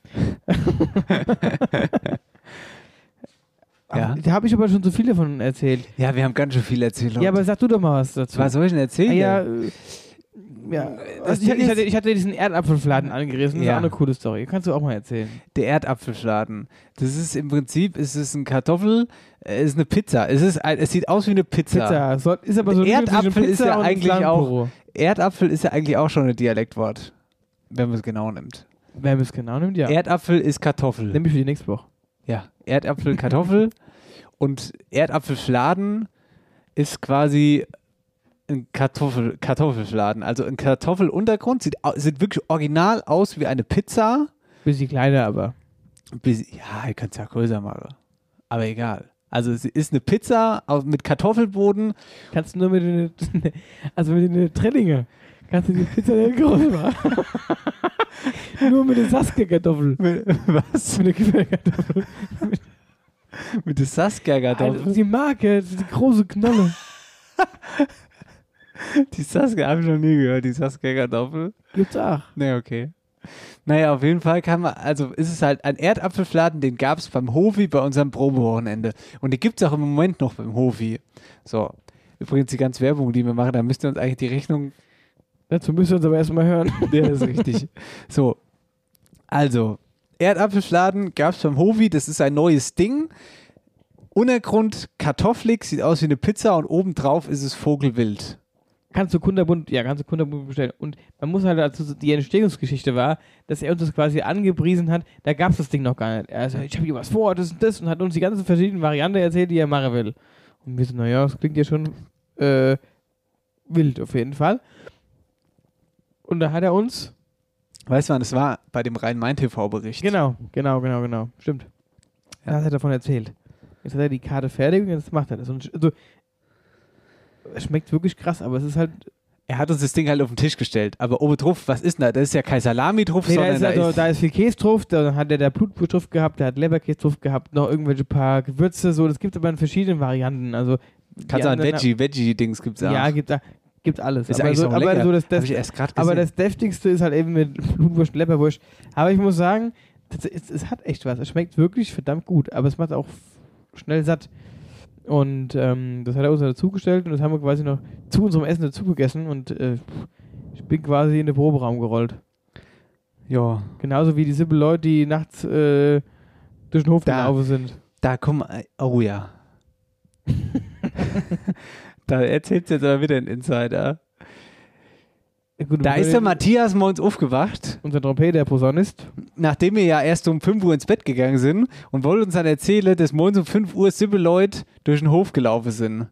Speaker 5: Ja.
Speaker 4: Da habe ich aber schon so viele von erzählt.
Speaker 5: Ja, wir haben ganz schön viel erzählt.
Speaker 4: Ja, aber sag du doch mal was dazu.
Speaker 5: Was soll ich denn erzählen?
Speaker 4: Ja, äh, ja. Also ich, hatte- ich, hatte, ich hatte diesen Erdapfelfladen angerissen. Das
Speaker 5: Ja.
Speaker 4: ist auch eine coole Story. Kannst du auch mal erzählen.
Speaker 5: der Erdapfelschladen. Das ist im Prinzip, es ist ein Kartoffel, äh, ist eine Pizza. Es, ist ein, es sieht aus wie eine Pizza.
Speaker 4: Pizza. So, ist aber so eine Mischung zwischen
Speaker 5: Erdapfel ist
Speaker 4: Pizza
Speaker 5: ja
Speaker 4: und
Speaker 5: eigentlich auch
Speaker 4: Fladenpuro.
Speaker 5: Erdapfel ist ja eigentlich auch schon ein Dialektwort, wenn man es genau nimmt.
Speaker 4: Wer es genau nimmt, ja.
Speaker 5: Erdapfel ist Kartoffel.
Speaker 4: Nämlich für die nächste Woche.
Speaker 5: Ja, Erdapfel, Kartoffel und Erdapfelfladen ist quasi ein Kartoffel, Kartoffelfladen. Also ein Kartoffeluntergrund sieht, au- sieht wirklich original aus wie eine Pizza.
Speaker 4: Bisschen kleiner aber.
Speaker 5: Bis, ja, ihr könnt es ja größer machen. Aber egal. Also es ist eine Pizza au- mit Kartoffelboden.
Speaker 4: Kannst du nur mit den, also mit den Trillinge, kannst du die Pizza nicht groß machen. nur mit der Saskia-Kartoffel.
Speaker 5: Was?
Speaker 4: Mit der Gefällkartoffel.
Speaker 5: Mit der Saskia-Kartoffel.
Speaker 4: Also, Die Marke, die große Knolle.
Speaker 5: Die Saskia habe ich noch nie gehört, die Saskia-Kartoffel.
Speaker 4: Gibt's auch.
Speaker 5: Nee, okay. Naja, auf jeden Fall kann man, also ist es halt ein Erdapfelfladen, den gab es beim Hofi bei unserem Probewochenende. Und die gibt es auch im Moment noch beim Hofi. So, übrigens die ganze Werbung, die wir machen, da müsst ihr uns eigentlich die Rechnung.
Speaker 4: Dazu müsst ihr uns aber erstmal hören.
Speaker 5: Ja, ist richtig. So, also, Erdapfelfladen gab es beim Hofi, das ist ein neues Ding. Untergrund kartoffelig, sieht aus wie eine Pizza und obendrauf ist es Vogelwild.
Speaker 4: Kannst du Kunderbund, ja, kannst du Kunderbund bestellen. Und man muss halt dazu, die Entstehungsgeschichte war, dass er uns das quasi angepriesen hat, da gab's das Ding noch gar nicht. Er sagt, ich habe hier was vor, das und das, und hat uns die ganzen verschiedenen Varianten erzählt, die er machen will. Und wir so, naja, das klingt ja schon äh, wild auf jeden Fall. Und da hat er uns.
Speaker 5: Weißt du, wann das war? Bei dem Rhein-Main-TV-Bericht.
Speaker 4: Genau, genau, genau, genau. Stimmt. Da hat er davon erzählt. Jetzt hat er die Karte fertig und jetzt macht er das. Und sch- also, es schmeckt wirklich krass, aber es ist halt.
Speaker 5: Er hat uns das Ding halt auf den Tisch gestellt. Aber obendrauf, was ist denn da? Das ist ja kein Salami drauf,
Speaker 4: Nee, da,
Speaker 5: sondern
Speaker 4: ist also, da ist viel Käse drauf, dann hat er da Blutwurst drauf gehabt, der hat Leberkäse drauf gehabt, noch irgendwelche paar Gewürze, so. Das gibt aber in verschiedenen Varianten. Also, die
Speaker 5: Kannst du sagen,
Speaker 4: anderen-
Speaker 5: Veggie, Veggie-Dings gibt's auch.
Speaker 4: Ja, gibt, da- gibt alles.
Speaker 5: Ist
Speaker 4: aber
Speaker 5: eigentlich
Speaker 4: so,
Speaker 5: auch
Speaker 4: aber
Speaker 5: lecker.
Speaker 4: so das, das,
Speaker 5: Hab ich erst grad
Speaker 4: aber
Speaker 5: gesehen.
Speaker 4: das Deftigste ist halt eben mit Blutwurst und Leberwurst. Aber ich muss sagen, das, es, es hat echt was. Es schmeckt wirklich verdammt gut, aber es macht auch f- schnell satt. Und ähm, das hat er uns dann dazugestellt und das haben wir quasi noch zu unserem Essen dazu gegessen und äh, ich bin quasi in den Proberaum gerollt.
Speaker 5: Ja.
Speaker 4: Genauso wie diese Leute, die nachts äh, durch den Hof gelaufen sind.
Speaker 5: Da komm, äh, oh ja. da erzählt's jetzt aber wieder ein Insider.
Speaker 4: Gut,
Speaker 5: Da
Speaker 4: wir
Speaker 5: ist der
Speaker 4: können-
Speaker 5: Matthias morgens aufgewacht.
Speaker 4: Unser Trompeter, Posaunist.
Speaker 5: Nachdem wir ja erst um 5 Uhr ins Bett gegangen sind und wollte uns dann erzählen, dass morgens um 5 Uhr sieben Leute durch den Hof gelaufen sind.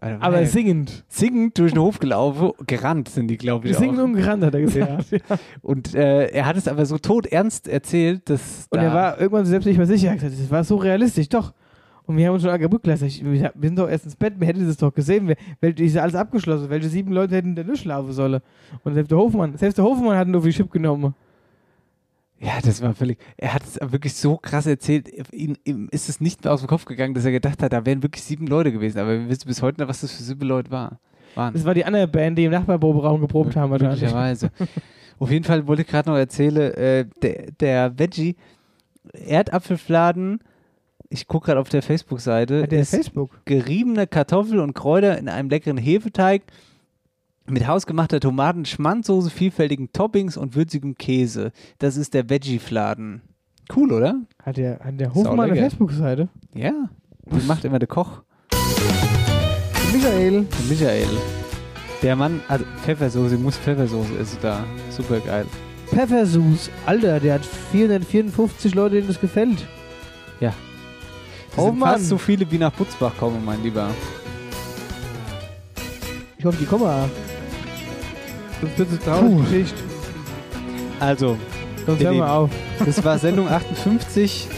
Speaker 5: Also,
Speaker 4: Aber
Speaker 5: ey,
Speaker 4: singend.
Speaker 5: Singend durch den Hof gelaufen, gerannt sind die, glaube ich. auch.
Speaker 4: Singend und gerannt, hat er gesagt.
Speaker 5: Und äh, er hat es aber so tot ernst erzählt, dass.
Speaker 4: Und
Speaker 5: da
Speaker 4: er war irgendwann selbst nicht mehr sicher. Er hat gesagt, das war so realistisch, doch. Und wir haben uns schon lange gelassen. Ich- Wir wir sind doch erst ins Bett, wir hätten das doch gesehen. Wer- Welche ist ja alles abgeschlossen? Welche sieben Leute hätten denn nicht laufen sollen? Und selbst der Hofmann, selbst der Hofmann hat ihn auf die Chip genommen.
Speaker 5: Ja, das war völlig. Er hat es wirklich so krass erzählt. Ihm, ihm ist es nicht mehr aus dem Kopf gegangen, dass er gedacht hat, da wären wirklich sieben Leute gewesen. Aber wir wissen bis heute noch, was das für sieben Leute war. waren.
Speaker 4: Das war die andere Band, die im Nachbarproberaum geprobt haben wahrscheinlich.
Speaker 5: Möglicherweise. Auf jeden Fall wollte ich gerade noch erzählen, äh, der, der Veggie Erdapfelfladen, ich gucke gerade auf der Facebook-Seite,
Speaker 4: Hat der
Speaker 5: ist
Speaker 4: Facebook?
Speaker 5: geriebene Kartoffel und Kräuter in einem leckeren Hefeteig mit hausgemachter Tomaten-Schmandsoße, vielfältigen Toppings und würzigem Käse. Das ist der Veggie-Fladen. Cool, oder?
Speaker 4: Hat der, hat der Hofmann eine
Speaker 5: lecker.
Speaker 4: Facebook-Seite?
Speaker 5: Ja. Die macht immer der Koch. Michael. Michael. Der Mann, also Pfeffersoße, muss Pfeffersoße ist da. Super geil.
Speaker 4: Pfeffersus, Alter, der hat 454 Leute, denen das gefällt.
Speaker 5: Ja. Das
Speaker 4: Oh
Speaker 5: sind
Speaker 4: Mann.
Speaker 5: fast so viele wie nach Putzbach kommen, mein Lieber.
Speaker 4: Ich hoffe, die kommen. auch. Sonst wird es traurig Geschichte.
Speaker 5: Also,
Speaker 4: Sonst
Speaker 5: ihr
Speaker 4: hören wir
Speaker 5: Lieben,
Speaker 4: auf.
Speaker 5: Das war Sendung 58.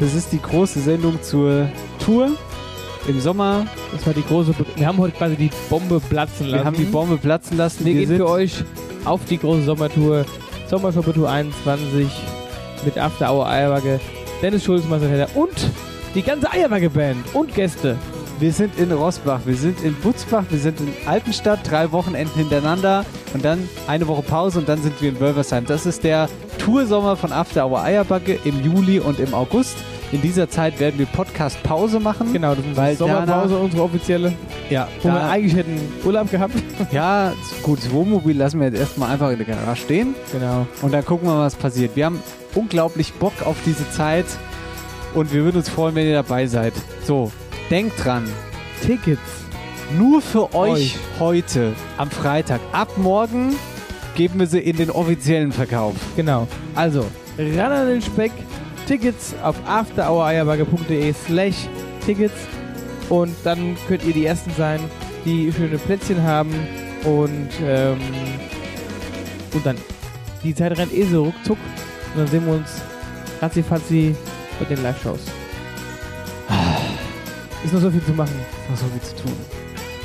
Speaker 5: Das ist die große Sendung zur Tour im Sommer.
Speaker 4: Das war die große. Be wir haben heute quasi die Bombe platzen lassen.
Speaker 5: Wir haben die Bombe platzen lassen.
Speaker 4: Wir gehen
Speaker 5: sind-
Speaker 4: für euch auf die große Sommertour. Sommershopper-Tour 21 mit After Hour Eierbacke, Dennis Schulz, Marcel Heller und die ganze Eierbacke-Band und Gäste.
Speaker 5: Wir sind in Rosbach, wir sind in Butzbach, wir sind in Alpenstadt, drei Wochenenden hintereinander und dann eine Woche Pause und dann sind wir in Wölversheim. Das ist der Toursommer von After Hour Eierbacke im Juli und im August. In dieser Zeit werden wir Podcast-Pause machen. Um Genau, das ist weil
Speaker 4: Sommerpause,
Speaker 5: danach-
Speaker 4: unsere offizielle,
Speaker 5: Ja,
Speaker 4: wo wir
Speaker 5: da-
Speaker 4: eigentlich hätten Urlaub gehabt.
Speaker 5: Ja, gut, das Wohnmobil lassen wir jetzt erstmal einfach in der Garage stehen.
Speaker 4: Genau.
Speaker 5: Und dann gucken wir mal, was passiert. Wir haben unglaublich Bock auf diese Zeit und wir würden uns freuen, wenn ihr dabei seid. So, denkt dran.
Speaker 4: Tickets.
Speaker 5: Nur für euch,
Speaker 4: Euch.
Speaker 5: heute am Freitag. Ab morgen geben wir sie in den offiziellen Verkauf.
Speaker 4: Genau. Also, ran an den Speck. Tickets auf afterhoureierbagger.de slash Tickets. Und dann könnt ihr die Ersten sein, die schöne Plätzchen haben. Und, ähm, und dann, die Zeit rennt eh so ruckzuck. Und dann sehen wir uns ratzi-fatzi bei den Live-Shows. Ist noch so viel zu machen.
Speaker 5: Noch so viel zu tun.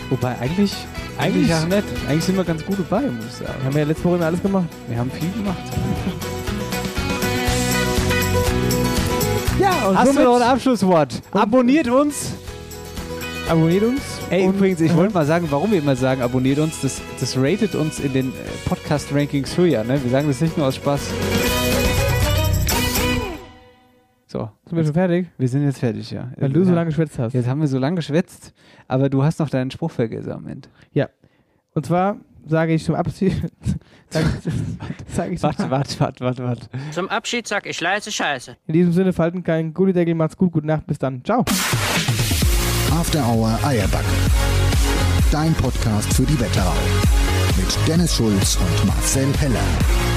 Speaker 5: Wobei eigentlich,
Speaker 4: Eigentlich-
Speaker 5: eigentlich ja nett. Eigentlich sind wir ganz gut dabei, muss ich sagen.
Speaker 4: Wir haben ja letzte Woche alles gemacht.
Speaker 5: Wir haben viel gemacht.
Speaker 4: Ja, und
Speaker 5: Hast du
Speaker 4: somit-
Speaker 5: noch ein Abschlusswort? Abonniert uns.
Speaker 4: Abonniert uns.
Speaker 5: Ey, übrigens, ich wollte mal sagen, warum wir immer sagen, abonniert uns. Das, das ratet uns in den äh, Podcast-Rankings höher. Ne? Wir sagen das nicht nur aus Spaß. So.
Speaker 4: Sind wir schon fertig?
Speaker 5: Wir sind jetzt fertig, ja.
Speaker 4: Weil du so
Speaker 5: ja.
Speaker 4: lange geschwätzt hast.
Speaker 5: Jetzt haben wir so lange geschwätzt, aber du hast noch deinen Spruch vergessen am Ende.
Speaker 4: Ja. Und zwar sage ich zum Abschied. sage sag ich zum
Speaker 5: Warte, warte, warte, warte, warte.
Speaker 9: Zum Abschied sag ich leise Scheiße.
Speaker 4: In diesem Sinne, falten keinen Gullideckel, macht's gut, gute Nacht, bis dann. Ciao.
Speaker 2: After Hour Eierbacke. Dein Podcast für die Wetterau. Mit Dennis Schulz und Marcel Heller.